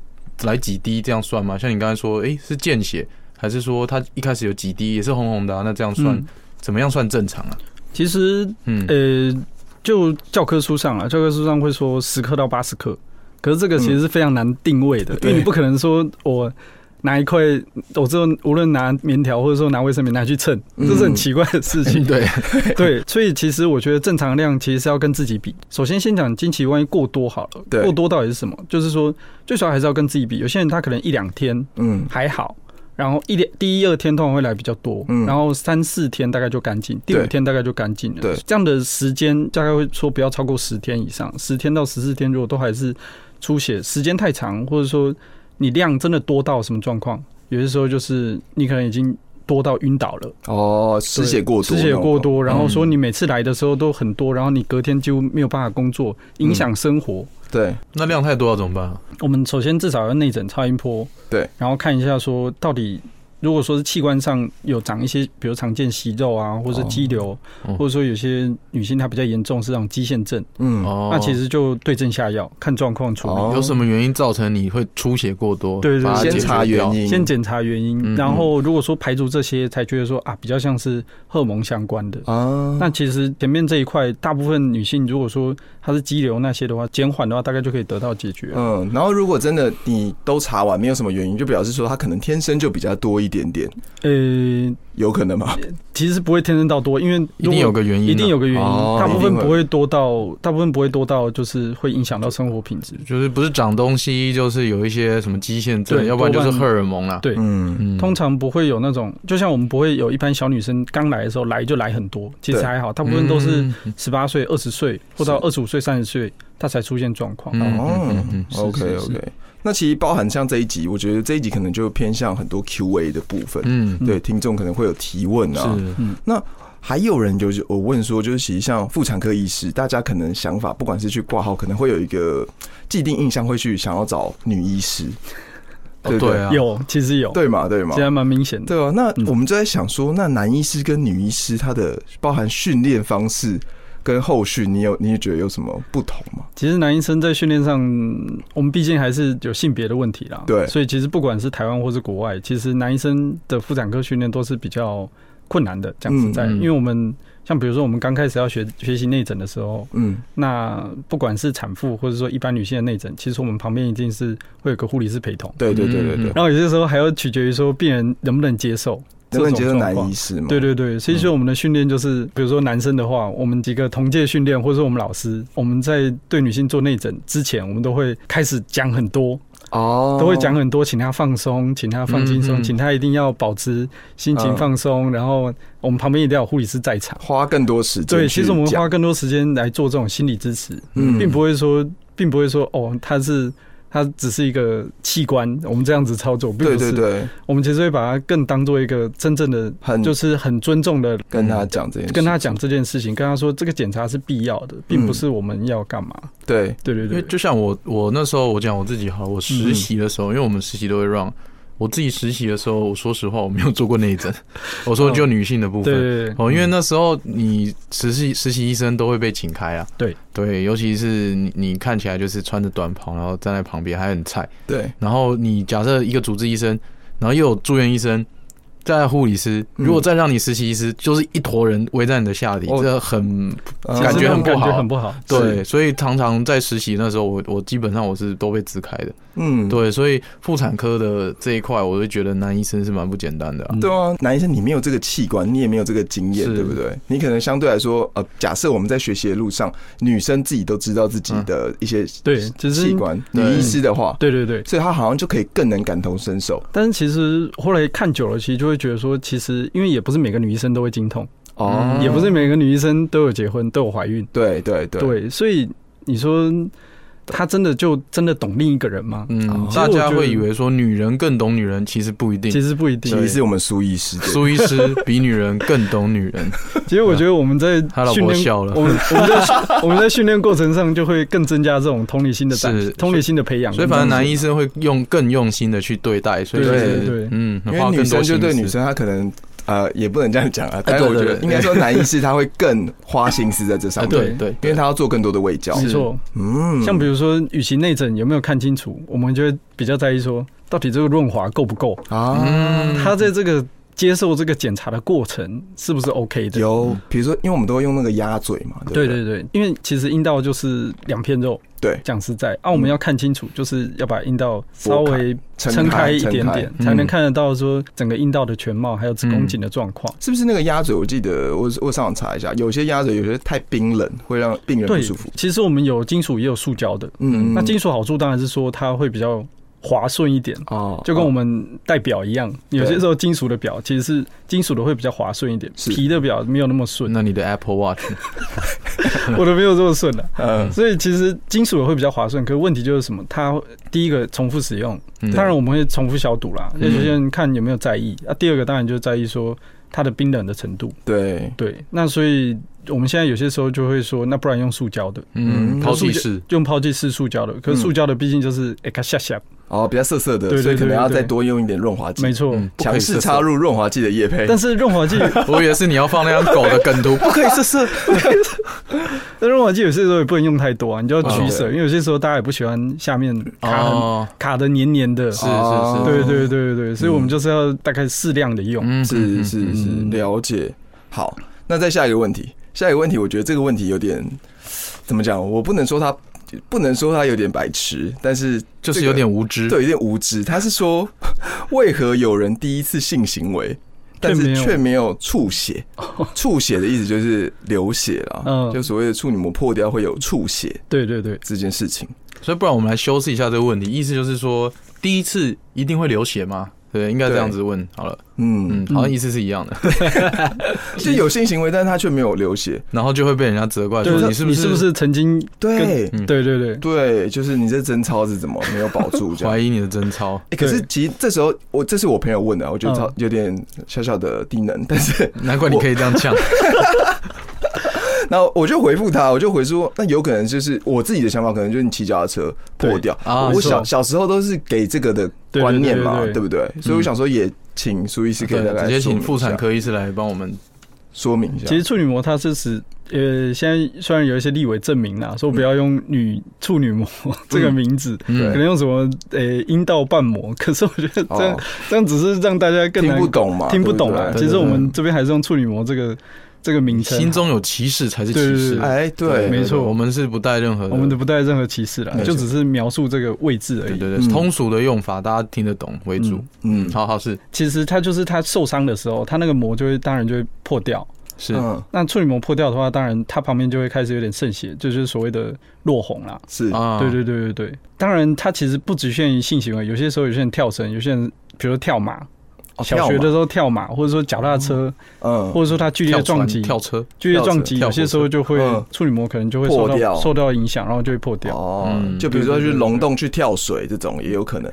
[SPEAKER 3] 来几滴这样算吗？像你刚才说，哎、是见血，还是说他一开始有几滴也是红红的、啊？那这样算、
[SPEAKER 2] 嗯
[SPEAKER 3] 怎么样算正常啊？
[SPEAKER 2] 其实
[SPEAKER 3] 嗯，
[SPEAKER 2] 呃，就教科书上啊，教科书上会说十克到八十克，可是这个其实是非常难定位的，因为你不可能说我。拿一块，我之后无论拿棉条或者说拿卫生棉拿去称，
[SPEAKER 4] 嗯
[SPEAKER 2] 这是很奇怪的事情。
[SPEAKER 3] 对，
[SPEAKER 2] 对，所以其实我觉得正常量其实是要跟自己比。首先先讲经期万一过多好了，
[SPEAKER 4] 对
[SPEAKER 2] 过多到底是什么？就是说最少还是要跟自己比。有些人他可能一两天
[SPEAKER 4] 嗯
[SPEAKER 2] 还好，然后一两第一二天通常会来比较多，
[SPEAKER 4] 嗯
[SPEAKER 2] 然后三四天大概就干净，第
[SPEAKER 4] 对
[SPEAKER 2] 五天大概就干净了。
[SPEAKER 4] 对
[SPEAKER 2] 这样的时间大概会说不要超过十天以上，十天到十四天如果都还是出血，时间太长，或者说你量真的多到什么状况，有些时候就是你可能已经多到晕倒了。
[SPEAKER 4] 哦，失血过多，
[SPEAKER 2] 失血过，多，然后说
[SPEAKER 4] 嗯
[SPEAKER 2] 你每次来的时候都很多，然后你隔天几乎没有办法工作，影
[SPEAKER 4] 嗯
[SPEAKER 2] 响生活。
[SPEAKER 4] 对，
[SPEAKER 3] 那量太多要怎么办、啊？
[SPEAKER 2] 我们首先至少要内诊超音波，
[SPEAKER 4] 对，
[SPEAKER 2] 然后看一下说到底，如果说是器官上有长一些，比如常见息肉啊，或者是肌瘤，
[SPEAKER 3] 哦
[SPEAKER 2] 或者说有些女性她比较严重是那种肌腺症，
[SPEAKER 4] 嗯，
[SPEAKER 3] 哦
[SPEAKER 2] 那其实就对症下药，看状况处理。
[SPEAKER 4] 哦
[SPEAKER 3] 有什么原因造成你会出血过多？
[SPEAKER 2] 对对
[SPEAKER 3] 把它
[SPEAKER 4] 先
[SPEAKER 3] 解决
[SPEAKER 4] 查
[SPEAKER 3] 掉
[SPEAKER 4] 原因，
[SPEAKER 2] 先检查原因，
[SPEAKER 3] 嗯
[SPEAKER 2] 然后如果说排除这些，才觉得说啊，比较像是荷尔蒙相关的。
[SPEAKER 4] 啊，
[SPEAKER 2] 那其实前面这一块，大部分女性如果说她是肌瘤那些的话，减缓的话，大概就可以得到解决。
[SPEAKER 4] 嗯，然后如果真的你都查完没有什么原因，就表示说他可能天生就比较多一点点，
[SPEAKER 2] 呃，
[SPEAKER 4] 有可能吗？
[SPEAKER 2] 其实不会天生到多，因为
[SPEAKER 3] 一
[SPEAKER 2] 如
[SPEAKER 3] 定
[SPEAKER 2] 果
[SPEAKER 3] 有个原因、啊
[SPEAKER 2] 一定有。个原因，
[SPEAKER 4] 哦
[SPEAKER 2] 大部
[SPEAKER 4] 一
[SPEAKER 2] 分
[SPEAKER 4] 定会
[SPEAKER 2] 不会多到，大部分不会多到，就是会影响到生活品质。
[SPEAKER 3] 就是不是长东西，就是有一些什么肌腺症，
[SPEAKER 2] 对
[SPEAKER 3] 要不然就是
[SPEAKER 2] 多半
[SPEAKER 3] 荷尔蒙啦。
[SPEAKER 2] 对
[SPEAKER 4] 嗯，
[SPEAKER 3] 嗯
[SPEAKER 2] 通常不会有那种，就像我们不会有一般小女生刚来的时候来就来很多，其实
[SPEAKER 4] 对
[SPEAKER 2] 还好，大部分都是
[SPEAKER 3] 嗯
[SPEAKER 2] 十八岁、二十岁或到二十五岁、三十岁，她才出现状况。
[SPEAKER 3] 嗯
[SPEAKER 4] 哦
[SPEAKER 3] 嗯嗯嗯是
[SPEAKER 4] ，OK
[SPEAKER 3] 是是
[SPEAKER 4] OK，那其实包含像这一集，我觉得这一集可能就偏向很多 Q&A 的部分，
[SPEAKER 3] 嗯，
[SPEAKER 4] 对，听众可能会有提问啊，
[SPEAKER 3] 是
[SPEAKER 2] 嗯
[SPEAKER 4] 还有人就是呃我问说，就是其实像妇产科医师，大家可能想法，不管是去挂号，可能会有一个既定印象，会去想要找女医师，
[SPEAKER 3] 哦
[SPEAKER 4] 不
[SPEAKER 3] 对啊，
[SPEAKER 2] 有，其实有，
[SPEAKER 4] 对嘛，对嘛
[SPEAKER 2] 这，还蛮明显的。
[SPEAKER 4] 对啊。那
[SPEAKER 2] 嗯
[SPEAKER 4] 我们就在想说，那男医师跟女医师他的包含训练方式跟后续，你有你觉得有什么不同吗？
[SPEAKER 2] 其实男医生在训练上，嗯我们毕竟还是有性别的问题啦。
[SPEAKER 4] 对
[SPEAKER 2] 所以其实不管是台湾或是国外，其实男医生的妇产科训练都是比较困难的。讲实在，
[SPEAKER 3] 嗯
[SPEAKER 2] 因
[SPEAKER 3] 嗯
[SPEAKER 2] 为我们像比如说我们刚开始要学学习内诊的时候，
[SPEAKER 4] 嗯，
[SPEAKER 2] 那不管是产妇或者说一般女性的内诊，其实我们旁边一定是会有个护理师陪同。
[SPEAKER 4] 对对对对对，
[SPEAKER 2] 然后有些时候还要取决于说病人能不能接受这种
[SPEAKER 4] 能不能接受
[SPEAKER 2] 状
[SPEAKER 4] 男
[SPEAKER 2] 况
[SPEAKER 4] 医。师吗？
[SPEAKER 2] 对对对，所以说我们的训练就是，比如说男生的话，我们几个同届训练，或者说我们老师，我们在对女性做内诊之前，我们都会开始讲很多，
[SPEAKER 4] 哦，
[SPEAKER 2] 都会讲很多，请她放松，请她放轻
[SPEAKER 3] 嗯
[SPEAKER 2] 松，
[SPEAKER 3] 嗯
[SPEAKER 2] 请她一定要保持心情
[SPEAKER 4] 嗯
[SPEAKER 2] 放松，然后我们旁边一定要有护理师在场。
[SPEAKER 4] 花更多时间去讲。
[SPEAKER 2] 对，其实我们花更多时间来做这种心理支持，
[SPEAKER 4] 嗯
[SPEAKER 2] 并不会说，并不会说哦，它是它只是一个器官，我们这样子操作，并不
[SPEAKER 4] 对
[SPEAKER 2] 是。
[SPEAKER 4] 对对，
[SPEAKER 2] 我们其实会把它更当做一个真正的，
[SPEAKER 4] 很
[SPEAKER 2] 就是很尊重的
[SPEAKER 4] 跟他讲这件事，
[SPEAKER 2] 嗯跟他讲这件事情，跟他说这个检查是必要的，并不是我们要干嘛。
[SPEAKER 4] 对，
[SPEAKER 2] 对对
[SPEAKER 3] 嗯因
[SPEAKER 2] 对，
[SPEAKER 3] 为就像我我那时候我讲我自己好了，我实习的
[SPEAKER 2] 嗯
[SPEAKER 3] 时候，因为我们实习都会让我自己实习的时候，我说实话我没有做过 内诊，我说就女性的部
[SPEAKER 2] 对嗯
[SPEAKER 3] 分。
[SPEAKER 2] 对对，
[SPEAKER 3] 哦，因为那时候你实习实习医生都会被请开啊，
[SPEAKER 2] 对
[SPEAKER 3] 对，尤其是你你看起来就是穿着短袍，然后站在旁边还很菜，
[SPEAKER 4] 对，
[SPEAKER 3] 然后你假设一个主治医生，然后又有住院医生，在护理师，
[SPEAKER 4] 嗯
[SPEAKER 3] 如果再让你实习医师，就是一坨人围在你的下体，
[SPEAKER 4] 哦
[SPEAKER 3] 这很
[SPEAKER 4] 呃
[SPEAKER 3] 感觉很不
[SPEAKER 2] 感
[SPEAKER 3] 好
[SPEAKER 2] 觉很不好。
[SPEAKER 3] 对，所以常常在实习那时候，我我基本上我是都被支开的。
[SPEAKER 4] 嗯，
[SPEAKER 3] 对，所以妇产科的这一块，我就觉得男医生是蛮不简单的啊、
[SPEAKER 4] 对啊，男医生你没有这个器官，你也没有这个经验，
[SPEAKER 3] 是
[SPEAKER 4] 对不对？你可能相对来说，呃，假设我们在学习的路上，女生自己都知道自己的一些
[SPEAKER 2] 对其实
[SPEAKER 4] 器官，女
[SPEAKER 3] 嗯对
[SPEAKER 4] 医师的话，
[SPEAKER 2] 对对对，
[SPEAKER 4] 所以她好像就可以更能感同身受
[SPEAKER 2] 但是其实后来看久了，其实就会觉得说，其实因为也不是每个女医生都会经痛，
[SPEAKER 4] 哦
[SPEAKER 2] 也不是每个女医生都有结婚都有怀孕，
[SPEAKER 4] 对对对，
[SPEAKER 2] 对，所以你说她真的就真的懂另一个人吗？
[SPEAKER 3] 嗯，
[SPEAKER 2] 其实
[SPEAKER 3] 大
[SPEAKER 2] 我觉得
[SPEAKER 3] 家会以为说女人更懂女人，其实不一定
[SPEAKER 2] 其。实不一定
[SPEAKER 4] 哦其。实是我们苏医 师
[SPEAKER 3] 苏医师比女人更懂女 人，
[SPEAKER 2] 其实我觉得我们在
[SPEAKER 3] 他老
[SPEAKER 2] 训
[SPEAKER 3] 婆
[SPEAKER 2] 练，
[SPEAKER 3] 笑了
[SPEAKER 2] 我 们我们在我们在训练过程上就会更增加这种同理心的展
[SPEAKER 3] 是，
[SPEAKER 2] 同理心的培养。
[SPEAKER 3] 所以反正男医生会用更用心的去对待，所以
[SPEAKER 2] 对
[SPEAKER 3] 就是
[SPEAKER 2] 对对
[SPEAKER 3] 嗯，
[SPEAKER 4] 因为
[SPEAKER 3] 花更
[SPEAKER 4] 女
[SPEAKER 3] 多
[SPEAKER 4] 生就
[SPEAKER 3] 心
[SPEAKER 4] 对
[SPEAKER 3] 思
[SPEAKER 4] 女生，她可能呃也不能这样 讲啊，但是
[SPEAKER 3] 对
[SPEAKER 4] 我觉
[SPEAKER 3] 对
[SPEAKER 4] 得
[SPEAKER 3] 对
[SPEAKER 4] 应该说男医师他会更花心思在这上
[SPEAKER 3] 啊，
[SPEAKER 4] 面，
[SPEAKER 3] 对
[SPEAKER 4] 因
[SPEAKER 3] 对，
[SPEAKER 4] 为他要做更多的卫教，
[SPEAKER 2] 没错，
[SPEAKER 4] 嗯
[SPEAKER 2] 像比如说，与其内诊有没有看清楚，我们就会比较在意说，到底这个润滑够不够，
[SPEAKER 4] 啊。
[SPEAKER 3] 嗯，
[SPEAKER 2] 他在这个接受这个检查的过程是不是 OK 的？
[SPEAKER 4] 有，比如说，因为我们都会用那个鸭嘴嘛，对
[SPEAKER 2] 对
[SPEAKER 4] 不对
[SPEAKER 2] 对对，因为其实阴道就是两片肉，
[SPEAKER 4] 对，
[SPEAKER 2] 讲实在啊，我们
[SPEAKER 3] 嗯
[SPEAKER 2] 要看清楚，就是要把阴道稍微撑
[SPEAKER 4] 撑
[SPEAKER 2] 开
[SPEAKER 4] 开
[SPEAKER 2] 一点
[SPEAKER 4] 撑开
[SPEAKER 2] 点，
[SPEAKER 3] 嗯
[SPEAKER 2] 才能看得到说整个阴道的全貌，还有子宫颈的状况。
[SPEAKER 4] 是不是那个鸭嘴？我记得我我上网查一下，有些鸭嘴有些太冰冷，会让病人不
[SPEAKER 2] 对
[SPEAKER 4] 舒服。，
[SPEAKER 2] 其实我们有金属也有塑胶的，
[SPEAKER 4] 嗯，
[SPEAKER 2] 那金属好处当然是说它会比较滑顺一点。
[SPEAKER 4] 哦，
[SPEAKER 2] 就跟我们戴表一样，有些时候金属的表其实是金属的会比较滑顺一点，
[SPEAKER 4] 是
[SPEAKER 2] 皮的表没有那么 顺，
[SPEAKER 3] 那你的 Apple Watch 呢
[SPEAKER 2] 我的没有这么顺的、啊
[SPEAKER 4] 嗯
[SPEAKER 2] 所以其实金属的会比较划算，可是问题就是什么？它第一个重复使用，
[SPEAKER 3] 嗯
[SPEAKER 2] 当然我们会重复消毒啦，
[SPEAKER 3] 嗯
[SPEAKER 2] 那有些人看有没有在意啊。第二个当然就在意说它的冰冷的程度，
[SPEAKER 4] 对，
[SPEAKER 2] 对。那所以我们现在有些时候就会说，那不然用塑胶的，
[SPEAKER 3] 嗯，
[SPEAKER 4] 嗯
[SPEAKER 3] 抛弃式，
[SPEAKER 2] 用抛弃式塑胶的。可是
[SPEAKER 4] 嗯
[SPEAKER 2] 塑胶的毕竟就是哎咔下下，
[SPEAKER 4] 哦，比较涩涩的，
[SPEAKER 2] 对对
[SPEAKER 4] 所以可能
[SPEAKER 2] 对
[SPEAKER 4] 要
[SPEAKER 2] 对
[SPEAKER 4] 再多用一点润滑剂，
[SPEAKER 2] 没错。
[SPEAKER 3] 嗯，不可
[SPEAKER 4] 强
[SPEAKER 3] 以
[SPEAKER 4] 势
[SPEAKER 3] 色色
[SPEAKER 4] 插，入润滑剂的液配。
[SPEAKER 2] 但是润滑剂，
[SPEAKER 3] 我以为是你要放那张狗的梗图，不可以色色，
[SPEAKER 2] 但润滑剂有些时候也不能用太多啊，你就要取舍，
[SPEAKER 4] 哦
[SPEAKER 2] 因为有些时候大家也不喜欢下面卡很、
[SPEAKER 3] 哦，
[SPEAKER 2] 卡的黏黏的。
[SPEAKER 3] 是是是，
[SPEAKER 2] 对对对对对，所以我们就是要大概适量的用。
[SPEAKER 3] 嗯，
[SPEAKER 4] 是
[SPEAKER 3] 嗯
[SPEAKER 4] 是是，
[SPEAKER 2] 嗯
[SPEAKER 4] 了解。好，那再下一个问题，下一个问题，我觉得这个问题有点怎么讲？我不能说他，不能说他有点白痴，但是
[SPEAKER 3] 就是
[SPEAKER 4] 这个
[SPEAKER 3] 有点无知，
[SPEAKER 4] 对，有点无知。他是说， 为何有人第一次性行为，但
[SPEAKER 2] 却没
[SPEAKER 4] 是
[SPEAKER 2] 有哦
[SPEAKER 4] 却没有触血？触血的意思就是流血啦
[SPEAKER 2] 嗯，
[SPEAKER 4] 就所谓的处女膜破掉会有触血
[SPEAKER 2] 对对对，
[SPEAKER 4] 这件事情。
[SPEAKER 3] 所以不然我们来修饰一下这个问题，意思就是说，第一次一定会流血吗？对，应该这样子问好了。
[SPEAKER 4] 嗯
[SPEAKER 3] 嗯，，好像意思是一样的，
[SPEAKER 4] 就有性行为，但是他却没有流血。
[SPEAKER 3] 然后就会被人家责怪
[SPEAKER 2] 就
[SPEAKER 3] 说
[SPEAKER 2] 是
[SPEAKER 3] 你是不
[SPEAKER 2] 你是不是曾经？
[SPEAKER 4] 对
[SPEAKER 3] 嗯
[SPEAKER 2] 对对对，
[SPEAKER 4] 对，就是你这贞操是怎么没有保住这样
[SPEAKER 3] 怀？疑你的贞操？
[SPEAKER 4] 欸可是
[SPEAKER 2] 对
[SPEAKER 4] 其实这时候我这是我朋友问的啊，我觉得
[SPEAKER 2] 嗯
[SPEAKER 4] 超有点小小的低能， 但是
[SPEAKER 3] 难怪你可以这样呛。
[SPEAKER 4] 然后我就回复他，我就回说，那有可能就是我自己的想法，可能就是你骑脚踏车破掉
[SPEAKER 3] 对啊
[SPEAKER 4] 我
[SPEAKER 3] 没
[SPEAKER 4] 我
[SPEAKER 3] 错
[SPEAKER 4] 小小时候都是给这个的
[SPEAKER 2] 对
[SPEAKER 4] 观念
[SPEAKER 2] 对对嗯
[SPEAKER 4] 嘛，
[SPEAKER 2] 啊
[SPEAKER 4] 对
[SPEAKER 2] 对
[SPEAKER 4] 不对？所以我想说也请苏医师可以大
[SPEAKER 3] 对，
[SPEAKER 4] 概
[SPEAKER 3] 直接请
[SPEAKER 4] 说明
[SPEAKER 3] 妇
[SPEAKER 4] 一下
[SPEAKER 3] 产科医师来帮我们。
[SPEAKER 4] 说明一下。
[SPEAKER 2] 其实处女膜它是使呃，现在虽然有一些立委证明
[SPEAKER 4] 嗯
[SPEAKER 2] 啦，说不要用女处女膜 这个名字，可
[SPEAKER 3] 嗯，
[SPEAKER 2] 能用什么呃阴道瓣膜， 可是我觉得这样
[SPEAKER 4] 哦
[SPEAKER 2] 这样只是让大家更
[SPEAKER 4] 听
[SPEAKER 2] 难
[SPEAKER 4] 不懂嘛，
[SPEAKER 2] 听不懂啊
[SPEAKER 4] 对
[SPEAKER 2] 啦。
[SPEAKER 4] 不对
[SPEAKER 2] 其实
[SPEAKER 4] 对
[SPEAKER 2] 我们这边还是用处女膜这个这个名称，啊
[SPEAKER 3] 心中有歧视才是歧视
[SPEAKER 2] 对对对。
[SPEAKER 4] 哎对，
[SPEAKER 2] 没错
[SPEAKER 3] 我们是不带任何
[SPEAKER 2] 我们的不带任何歧视啦
[SPEAKER 4] 没，错
[SPEAKER 2] 就只是描述这个位置而
[SPEAKER 3] 对
[SPEAKER 2] 已。
[SPEAKER 3] 对对
[SPEAKER 4] 嗯
[SPEAKER 3] 通俗的用法，大家听得懂为主
[SPEAKER 2] 嗯。
[SPEAKER 4] 嗯
[SPEAKER 3] 好好是
[SPEAKER 2] 其实它就是它受伤的时候，它那个膜就会当然就会破掉。
[SPEAKER 3] 是，
[SPEAKER 4] 嗯
[SPEAKER 2] 那处女膜破掉的话，当然它旁边就会开始有点渗血，就是所谓的落红啦。
[SPEAKER 4] 是
[SPEAKER 3] 啊
[SPEAKER 2] 对对对对对，当然它其实不只限于性行为，有些时候有些人跳绳，有些人比如说跳马，
[SPEAKER 4] 哦
[SPEAKER 2] 小学的时候跳马，或者说脚踏车，
[SPEAKER 4] 嗯
[SPEAKER 2] 或者说他剧烈
[SPEAKER 3] 跳
[SPEAKER 2] 撞击
[SPEAKER 3] 船、，跳车，
[SPEAKER 2] 剧烈撞击，有
[SPEAKER 3] 跳火车
[SPEAKER 2] 些时候就会
[SPEAKER 4] 嗯
[SPEAKER 2] 处女膜可能就会受
[SPEAKER 4] 破
[SPEAKER 2] 到
[SPEAKER 4] 掉
[SPEAKER 2] 受到影响，然后就会破掉，
[SPEAKER 4] 哦
[SPEAKER 3] 嗯，
[SPEAKER 4] 就比如说
[SPEAKER 2] 对对
[SPEAKER 4] 去
[SPEAKER 2] 对对
[SPEAKER 4] 龙洞去跳水这种也有可能。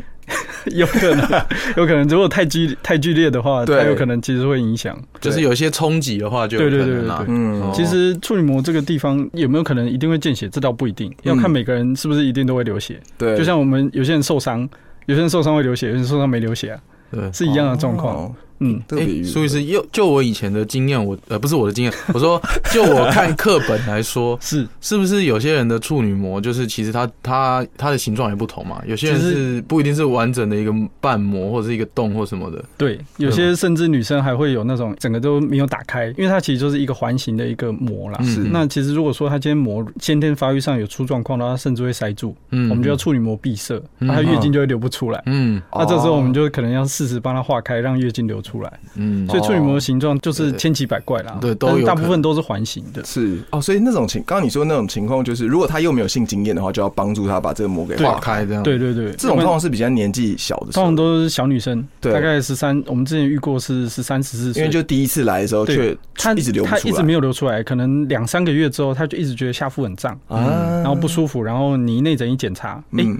[SPEAKER 2] 有可能有可能如果太剧太剧烈的话，它
[SPEAKER 4] 对
[SPEAKER 2] 有可能其实会影响。
[SPEAKER 3] 就是有一些冲击的话就有
[SPEAKER 2] 对对
[SPEAKER 3] 可
[SPEAKER 2] 对
[SPEAKER 3] 能啦
[SPEAKER 2] 对。
[SPEAKER 4] 嗯
[SPEAKER 3] 哦
[SPEAKER 2] 其实处女膜这个地方有没有可能一定会见血，这倒不一定，要看
[SPEAKER 4] 嗯
[SPEAKER 2] 每个人是不是一定都会流血。
[SPEAKER 4] 对，
[SPEAKER 2] 就像我们有些人受伤，有些人受伤会流血，有些人受伤没流血啊，
[SPEAKER 3] 对
[SPEAKER 2] 是一样的状况。
[SPEAKER 4] 哦
[SPEAKER 2] 嗯，
[SPEAKER 4] 特别
[SPEAKER 3] 诶
[SPEAKER 4] 娱乐
[SPEAKER 3] 苏医师，就就我以前的经验，我呃不是我的经验，我说就我看课本来说，
[SPEAKER 2] 是
[SPEAKER 3] 是不是有些人的处女膜就是其实它它它的形状也不同嘛？有些人
[SPEAKER 2] 其实
[SPEAKER 3] 是不一定是完整的一个瓣膜或者是一个洞或什么的。
[SPEAKER 2] 对，有些甚至女生还会有那种整个都没有打开，因为它其实就是一个环形的一个膜啦。
[SPEAKER 3] 嗯是
[SPEAKER 2] 那其实如果说她今天膜先天发育上有出状况的话，它甚至会塞住，
[SPEAKER 3] 嗯
[SPEAKER 2] 我们就要处女膜闭塞，
[SPEAKER 3] 嗯
[SPEAKER 2] 她月经就会流不出来。
[SPEAKER 3] 嗯
[SPEAKER 2] 那这时候我们就可能要适时帮它化开，让月经流出来。
[SPEAKER 3] 嗯，
[SPEAKER 2] 所以处女膜的形状就是
[SPEAKER 3] 对
[SPEAKER 2] 千奇百怪啦，
[SPEAKER 3] 对都
[SPEAKER 2] 但是
[SPEAKER 3] 有
[SPEAKER 2] 大部
[SPEAKER 3] 可能嗯
[SPEAKER 2] 分都是环形的。
[SPEAKER 4] 是哦，所以那种情，刚刚你说那种情况，就是如果他又没有性经验的话，就要帮助他把这个膜给
[SPEAKER 3] 化
[SPEAKER 4] 化开。
[SPEAKER 3] 开这样。
[SPEAKER 2] 对对对，
[SPEAKER 4] 这种
[SPEAKER 2] 要
[SPEAKER 4] 通
[SPEAKER 2] 不然
[SPEAKER 4] 常是比较年纪小的时
[SPEAKER 2] 通
[SPEAKER 4] 候，
[SPEAKER 2] 常都是小女生，
[SPEAKER 4] 对
[SPEAKER 2] 大概十三，我们之前遇过是十三十四岁，
[SPEAKER 4] 因为就第一次来的时候却
[SPEAKER 2] 对她
[SPEAKER 4] 一直流不
[SPEAKER 2] 她
[SPEAKER 4] 出来，
[SPEAKER 2] 一直没有流出来，可能两三个月之后，她就一直觉得下腹很胀，
[SPEAKER 4] 啊
[SPEAKER 2] 然后不舒服，然后你内诊一检查，哎、
[SPEAKER 4] 嗯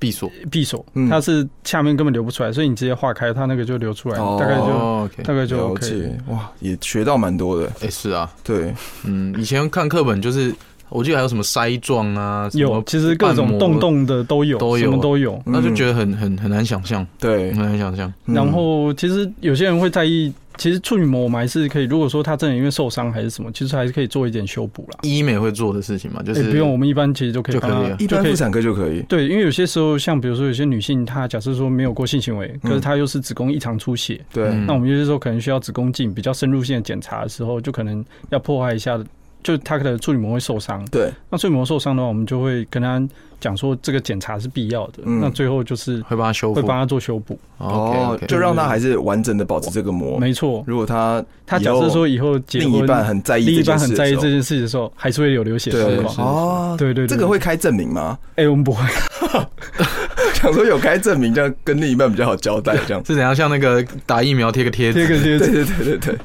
[SPEAKER 3] 闭锁。
[SPEAKER 2] 闭锁
[SPEAKER 4] 嗯，
[SPEAKER 2] 它是下面根本流不出来，所以你直接化开，它那个就流出来，
[SPEAKER 4] 哦
[SPEAKER 2] 大概就
[SPEAKER 3] 哦，OK，
[SPEAKER 2] 大概就
[SPEAKER 4] 了
[SPEAKER 2] OK 了。
[SPEAKER 4] 解哇，也学到蛮多的。
[SPEAKER 3] 哎是啊，
[SPEAKER 4] 对，
[SPEAKER 3] 嗯，以前看课本就是，我记得还有什么筛状啊，什么
[SPEAKER 2] 有，其实各
[SPEAKER 3] 瓣
[SPEAKER 2] 种
[SPEAKER 3] 膜
[SPEAKER 2] 洞，嗯洞的都有，
[SPEAKER 3] 都有
[SPEAKER 2] 什么都有。
[SPEAKER 3] 那就觉得很很很难想象，
[SPEAKER 4] 对
[SPEAKER 3] 很，难想象。
[SPEAKER 4] 嗯
[SPEAKER 2] 然后其实有些人会在意，其实处女膜我们还是可以，如果说她真的因为受伤还是什么，其实还是可以做一点修补啦。
[SPEAKER 3] 医美会做的事情嘛，就
[SPEAKER 2] 哎
[SPEAKER 3] 是
[SPEAKER 2] 不用，我们一般其实就可以
[SPEAKER 3] 就可以
[SPEAKER 2] 帮她
[SPEAKER 3] 了
[SPEAKER 4] 一
[SPEAKER 2] 就
[SPEAKER 4] 般
[SPEAKER 2] 可以
[SPEAKER 4] 妇产科就可以。
[SPEAKER 2] 对，因为有些时候，像比如说有些女性，她假设说没有过性行为，
[SPEAKER 4] 嗯
[SPEAKER 2] 可是她又是子宫异常出血，
[SPEAKER 4] 对，
[SPEAKER 3] 嗯
[SPEAKER 2] 那我们有些时候可能需要子宫镜比较深入性的检查的时候，就可能要破坏一下，就她可能处女膜会受伤。
[SPEAKER 4] 对，
[SPEAKER 2] 那处女膜受伤的话，我们就会跟她讲说这个检查是必要的。
[SPEAKER 4] 嗯
[SPEAKER 2] 那最后就是
[SPEAKER 3] 会帮他修
[SPEAKER 2] 会
[SPEAKER 3] 复。
[SPEAKER 2] 帮她做修补。
[SPEAKER 4] 哦
[SPEAKER 3] OK，OK，
[SPEAKER 4] 就让他还是完整的保持这个膜。
[SPEAKER 2] 没错，
[SPEAKER 4] 如果他
[SPEAKER 2] 她假设说以后结
[SPEAKER 4] 另
[SPEAKER 2] 婚，
[SPEAKER 4] 一半很在意，
[SPEAKER 2] 另一半很在意这，件事的时候，还是会有流血
[SPEAKER 4] 对
[SPEAKER 2] 状
[SPEAKER 3] 是是
[SPEAKER 2] 况。
[SPEAKER 4] 哦，
[SPEAKER 2] 对对对，
[SPEAKER 4] 这个会开证明吗？
[SPEAKER 2] 哎、我们不会，
[SPEAKER 4] 想说有开证明，这样跟另一半比较好交代，这样。
[SPEAKER 3] 是怎样像那个打疫苗贴个贴
[SPEAKER 2] 贴
[SPEAKER 3] 纸？
[SPEAKER 2] 个贴 纸。
[SPEAKER 4] 对对对对对，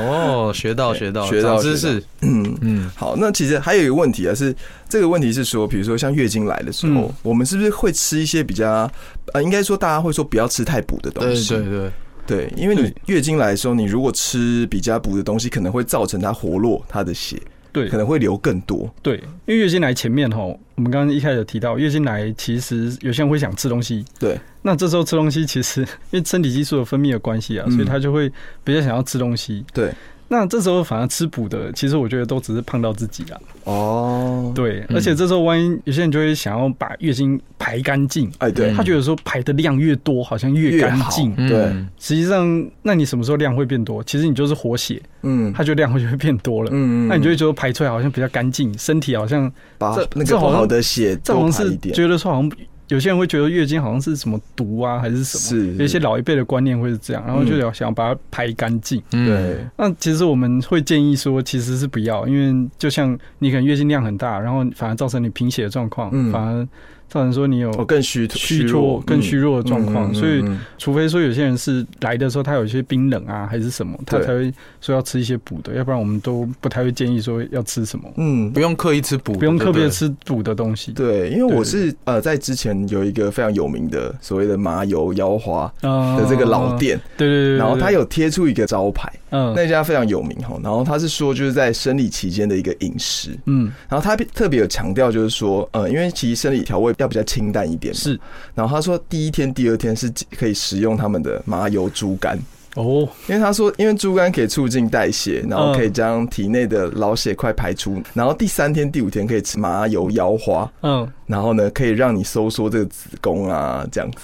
[SPEAKER 3] 哦，学到学到
[SPEAKER 4] 学到
[SPEAKER 3] 长知
[SPEAKER 4] 学
[SPEAKER 3] 识，
[SPEAKER 4] 嗯。
[SPEAKER 3] 嗯，
[SPEAKER 4] 好，那其实还有一个问题啊，是这个问题是说，比如说像月经来的时候，
[SPEAKER 2] 嗯
[SPEAKER 4] 我们是不是会吃一些比较呃，应该说大家会说不要吃太补的
[SPEAKER 6] 嗯
[SPEAKER 4] 东
[SPEAKER 3] 对
[SPEAKER 4] 西，
[SPEAKER 3] 对对，
[SPEAKER 4] 对因为你月经来的时候，你如果吃比较补的东西，可能会造成它活络它的血，
[SPEAKER 2] 对
[SPEAKER 4] 可能会流更多。
[SPEAKER 2] 对，因为月经来前面哈，我们刚刚一开始有提到，月经来其实有些人会想吃东西，
[SPEAKER 4] 对，
[SPEAKER 2] 那这时候吃东西其实 因为身体激素的分泌的关系啊，
[SPEAKER 4] 嗯
[SPEAKER 2] 所以他就会比较想要吃东西。
[SPEAKER 4] 对，
[SPEAKER 2] 那这时候反而吃补的，其实我觉得都只是胖到自己啊。
[SPEAKER 4] 哦，
[SPEAKER 2] 对，而且这时候万一有些人就会想要把月经排干净，
[SPEAKER 4] 哎，对，
[SPEAKER 2] 他觉得说排的量越多，好像越
[SPEAKER 4] 越
[SPEAKER 2] 干
[SPEAKER 4] 好
[SPEAKER 2] 净。
[SPEAKER 3] 嗯
[SPEAKER 4] 对，
[SPEAKER 2] 实际上，那你什么时候量会变多？其实你就是活血，
[SPEAKER 4] 嗯
[SPEAKER 2] 它就量会就会变多了。
[SPEAKER 4] 嗯
[SPEAKER 2] 那你就会觉得排出来好像比较干净，身体好像
[SPEAKER 4] 把
[SPEAKER 2] 这
[SPEAKER 4] 那
[SPEAKER 2] 这
[SPEAKER 4] 个
[SPEAKER 2] 好
[SPEAKER 4] 不好
[SPEAKER 2] 像
[SPEAKER 4] 的血
[SPEAKER 2] 这
[SPEAKER 4] 多
[SPEAKER 2] 好像
[SPEAKER 4] 排一
[SPEAKER 2] 是
[SPEAKER 4] 点，
[SPEAKER 2] 觉得说好像有些人会觉得月经好像是什么毒啊还是什么，
[SPEAKER 4] 是嗯
[SPEAKER 2] 有一些老一辈的观念会是这样，然后就想想把它排干净。
[SPEAKER 3] 嗯，
[SPEAKER 4] 对，
[SPEAKER 2] 那其实我们会建议说，其实是不要，因为就像你可能月经量很大，然后反而造成你贫血的状况，
[SPEAKER 4] 嗯
[SPEAKER 2] 反而造成说你有
[SPEAKER 4] 哦，更虚
[SPEAKER 2] 虚弱、更虚
[SPEAKER 4] 弱
[SPEAKER 2] 弱的状况。所以，
[SPEAKER 4] 嗯
[SPEAKER 2] 除非说有些人是来的时候他有一些冰冷啊，还是什么，他
[SPEAKER 4] 对
[SPEAKER 2] 才会说要吃一些补的，要不然我们都不太会建议说要吃什么，
[SPEAKER 4] 嗯，
[SPEAKER 3] 不用刻意吃补，
[SPEAKER 2] 不用
[SPEAKER 3] 对
[SPEAKER 2] 特别
[SPEAKER 3] 对
[SPEAKER 2] 吃补的东西。
[SPEAKER 4] 对，因为
[SPEAKER 2] 对
[SPEAKER 4] 我是呃，在之前有一个非常有名的所谓的麻油腰花
[SPEAKER 2] 的
[SPEAKER 4] 的这个老，店，
[SPEAKER 2] 对对对啊对，
[SPEAKER 4] 然后它
[SPEAKER 2] 有
[SPEAKER 4] 有贴出一个招牌，
[SPEAKER 2] 嗯
[SPEAKER 4] 那家非常有名哈。然后它是说就是在生理期间的一个饮食，
[SPEAKER 2] 嗯
[SPEAKER 4] 然后它特别有强调就是说，呃，因为其实生理调味要比较清淡一点，嘛。
[SPEAKER 2] 是
[SPEAKER 4] 然后他说第一天、第二天是可以食用他们的麻油猪肝。
[SPEAKER 2] 哦
[SPEAKER 4] 因为他说，因为猪肝可以促进代谢，然后
[SPEAKER 2] 嗯
[SPEAKER 4] 可以将体内的老血块排出，然后第三天、第五天可以吃麻油腰花，
[SPEAKER 2] 嗯。
[SPEAKER 4] 然后呢，可以让你收缩这个子宫啊，这样子。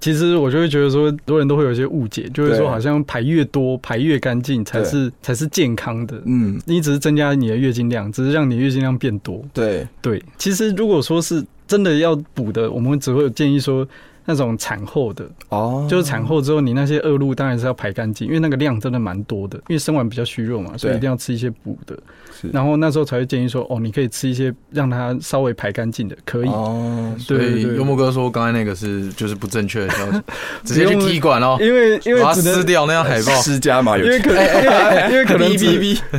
[SPEAKER 2] 其实我就会觉得说，很多人都会有一些误解，就会
[SPEAKER 4] 对
[SPEAKER 2] 说好像排越多、排越干净才是才是健康的。
[SPEAKER 4] 嗯，
[SPEAKER 2] 你只是增加你的月经量，只是让你月经量变多。
[SPEAKER 4] 对，
[SPEAKER 2] 对，其实如果说是真的要补的，我们只会建议说那种产后的，
[SPEAKER 3] 嗯
[SPEAKER 4] 哦，
[SPEAKER 2] 就是产后之后你那些恶露当然是要排干净，因为那个量真的蛮多的，因为生完比较虚弱嘛，所以
[SPEAKER 4] 对
[SPEAKER 2] 一定要吃一些补的
[SPEAKER 4] 是。
[SPEAKER 2] 然后那时候才会建议说，哦，你可以吃一些让它稍微排干净的，可以。
[SPEAKER 4] 哦，
[SPEAKER 2] 对
[SPEAKER 3] 所以
[SPEAKER 2] 对对
[SPEAKER 3] 幽默哥说刚才那个是就是不正确的消息，直接去踢馆哦，
[SPEAKER 2] 因为因为
[SPEAKER 3] 把它
[SPEAKER 2] 只
[SPEAKER 3] 撕
[SPEAKER 2] 能
[SPEAKER 3] 掉那张海报。
[SPEAKER 4] 施加麻油
[SPEAKER 2] 因，为可能，因为因为可能只
[SPEAKER 4] 哎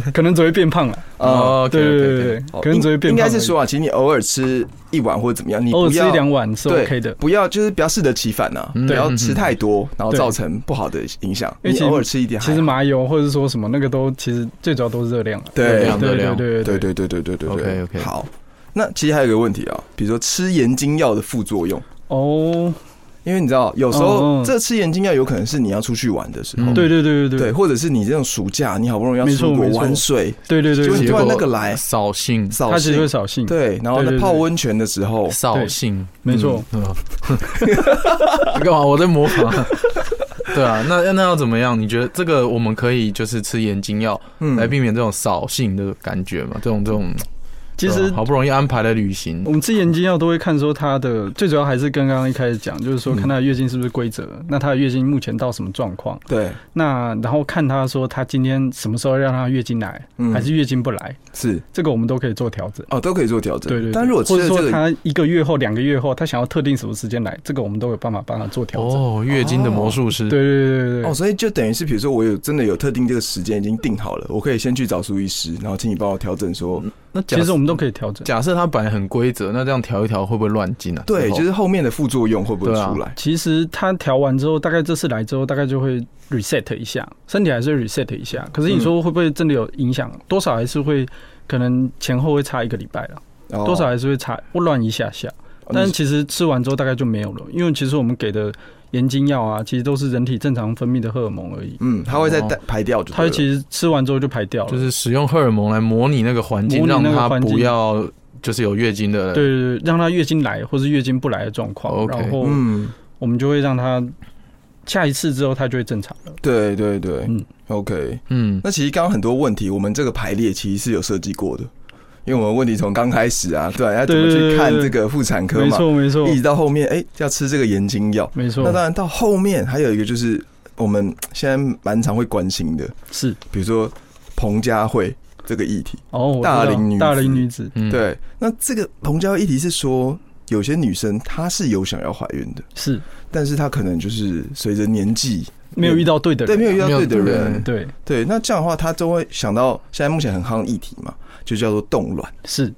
[SPEAKER 4] 哔
[SPEAKER 2] 可能只会变胖了。
[SPEAKER 4] 呃
[SPEAKER 3] 哦
[SPEAKER 2] 对对对对
[SPEAKER 3] ，OK，
[SPEAKER 2] 对，可能只会变
[SPEAKER 4] 应
[SPEAKER 2] 胖而已。
[SPEAKER 4] 该是说啊，其实你偶尔吃一碗或者怎么样，你
[SPEAKER 2] 偶
[SPEAKER 4] 不
[SPEAKER 2] 尔吃
[SPEAKER 4] 要
[SPEAKER 2] 一两碗是
[SPEAKER 4] 对
[SPEAKER 2] OK 的。
[SPEAKER 4] 不要就是不要适得其反呐，
[SPEAKER 3] 嗯
[SPEAKER 4] 不要吃太多，然后
[SPEAKER 2] 对
[SPEAKER 4] 造成不好的影响。
[SPEAKER 2] 因为
[SPEAKER 4] 你
[SPEAKER 2] 其实
[SPEAKER 4] 偶尔吃一点还好，
[SPEAKER 2] 其实麻油或者是说什么那个都其实最主要都是热量啊。
[SPEAKER 4] 对
[SPEAKER 2] 对对
[SPEAKER 3] 热量
[SPEAKER 2] 对对
[SPEAKER 4] 对对对对对对对
[SPEAKER 3] OK，OK
[SPEAKER 4] 好，那其实还有一个问题啊，比如说吃盐精药的副作用，
[SPEAKER 2] 哦，
[SPEAKER 4] 因为你知道，有时
[SPEAKER 2] 哦
[SPEAKER 4] 候
[SPEAKER 2] 哦
[SPEAKER 4] 这次眼睛药有可能是你要出去玩的时候，
[SPEAKER 2] 对对对对
[SPEAKER 4] 嗯对，
[SPEAKER 2] 对
[SPEAKER 4] 或者是你这种暑假，你好不容易要
[SPEAKER 2] 没错
[SPEAKER 4] 出国
[SPEAKER 2] 没错
[SPEAKER 4] 玩水，
[SPEAKER 2] 对对对
[SPEAKER 4] 就
[SPEAKER 2] 对，
[SPEAKER 4] 你
[SPEAKER 3] 结
[SPEAKER 4] 突
[SPEAKER 3] 果
[SPEAKER 4] 然那个来
[SPEAKER 3] 扫兴，
[SPEAKER 4] 扫
[SPEAKER 2] 他其实会
[SPEAKER 4] 兴，
[SPEAKER 2] 扫兴，
[SPEAKER 4] 对，然
[SPEAKER 2] 嗯
[SPEAKER 4] 后
[SPEAKER 2] 对对
[SPEAKER 4] 呢
[SPEAKER 2] 对
[SPEAKER 4] 泡温泉的时候，
[SPEAKER 3] 扫兴，
[SPEAKER 2] 哦没错，
[SPEAKER 3] 嗯。 你干嘛？我在模仿。 对啊，那那要怎么样？你觉得这个我们可以就是吃眼睛药
[SPEAKER 4] 嗯
[SPEAKER 3] 来避免这种扫兴的感觉嘛？这种这种，
[SPEAKER 2] 其
[SPEAKER 3] 对
[SPEAKER 2] 实嗯
[SPEAKER 3] 吧好不容易安排的旅行
[SPEAKER 2] 我，们吃眼睛药都会看说它的最主要还是跟刚刚一开始讲，就是说看
[SPEAKER 4] 嗯
[SPEAKER 2] 它的月经是不是规则，那它的月经目前到什么状况，
[SPEAKER 4] 对，
[SPEAKER 2] 那然后看它说它今天什么时候让它月经来，
[SPEAKER 4] 嗯
[SPEAKER 2] 还是月经不来，
[SPEAKER 4] 是
[SPEAKER 2] 这个我们都可以做调整。
[SPEAKER 4] 哦，都可以做调整。
[SPEAKER 2] 对对对
[SPEAKER 4] 但如果吃
[SPEAKER 2] 或者
[SPEAKER 4] 了这
[SPEAKER 2] 说
[SPEAKER 4] 个，
[SPEAKER 2] 他一个月后、两个月后，他想要特定什么时间来，这个我们都有办法帮他做调整。
[SPEAKER 3] 哦，月经的魔术师，
[SPEAKER 2] 对对对对
[SPEAKER 4] 哦，
[SPEAKER 2] 对，
[SPEAKER 4] 所以就等于是，比如说我有真的有特定这个时间已经定好了，我可以先去找苏医师，然后请你帮我调整说，
[SPEAKER 2] 嗯
[SPEAKER 3] 那
[SPEAKER 2] 其实我们都可
[SPEAKER 3] 以。
[SPEAKER 2] 以调整。
[SPEAKER 3] 假设它本来很规则，那这样调一调会不会乱进啊？
[SPEAKER 4] 对，就是后面的副作用会不会
[SPEAKER 3] 对啊
[SPEAKER 4] 出来？
[SPEAKER 2] 其实他调完之后，大概这次来之后，大概就会 reset 一下，身体还是会 reset 一下。可是你
[SPEAKER 4] 嗯
[SPEAKER 2] 说会不会真的有影响？多少还是会，可能前后会差一个礼拜了，
[SPEAKER 4] 哦
[SPEAKER 2] 啊多少还是会差会乱一下下。
[SPEAKER 4] 哦
[SPEAKER 2] 但
[SPEAKER 4] 你
[SPEAKER 2] 是其实吃完之后大概就没有了，因为其实我们给的盐精药啊，其实都是人体正常分泌的荷尔蒙而已，
[SPEAKER 4] 嗯，它会再
[SPEAKER 3] 哦
[SPEAKER 4] 带排掉就
[SPEAKER 2] 它
[SPEAKER 4] 对了，
[SPEAKER 2] 其实吃完之后就排掉了
[SPEAKER 3] 就。是使用荷尔蒙来模拟那个环境，
[SPEAKER 2] 模拟
[SPEAKER 3] 让
[SPEAKER 2] 那个
[SPEAKER 3] 它
[SPEAKER 2] 环境
[SPEAKER 3] 不要就是有月经的。
[SPEAKER 2] 对，对对，让他月经来或是月经不来的状况
[SPEAKER 3] OK，
[SPEAKER 2] 然后
[SPEAKER 4] 嗯，
[SPEAKER 2] 我们就会让他下一次之后他就会正常了。
[SPEAKER 4] 对对对，
[SPEAKER 2] 嗯
[SPEAKER 4] o k
[SPEAKER 3] 嗯，
[SPEAKER 4] 那其实刚刚很多问题，我们这个排列其实是有设计过的，因为我们问题从刚开始啊，对啊，要怎么
[SPEAKER 2] 对对
[SPEAKER 4] 去
[SPEAKER 2] 对
[SPEAKER 4] 看
[SPEAKER 2] 对
[SPEAKER 4] 这个妇产科
[SPEAKER 2] 没
[SPEAKER 4] 嘛，
[SPEAKER 2] 错没错
[SPEAKER 4] 一直到后面，哎、要吃这个盐精药。
[SPEAKER 2] 没
[SPEAKER 4] 那当
[SPEAKER 2] 错，
[SPEAKER 4] 然到后面还有一个就是我们现在蛮常会关心的，
[SPEAKER 2] 是
[SPEAKER 4] 比如说彭佳慧这个议题。
[SPEAKER 2] 哦，我知
[SPEAKER 4] 大
[SPEAKER 2] 道
[SPEAKER 4] 龄女子
[SPEAKER 2] 大龄女子，
[SPEAKER 3] 嗯，
[SPEAKER 4] 对，那这个彭佳慧议题是说，有些女生她是有想要怀孕的，
[SPEAKER 2] 是
[SPEAKER 4] 但是她可能就是随着年纪，
[SPEAKER 2] 没有遇到对的
[SPEAKER 4] 对，
[SPEAKER 2] 人，
[SPEAKER 4] 没有遇到
[SPEAKER 3] 没有
[SPEAKER 4] 对的
[SPEAKER 3] 对的
[SPEAKER 4] 人
[SPEAKER 3] 人，
[SPEAKER 2] 对
[SPEAKER 4] 对，那这样的话，她都会想到现在目前很夯的议题嘛，就叫做冻卵。
[SPEAKER 2] 是。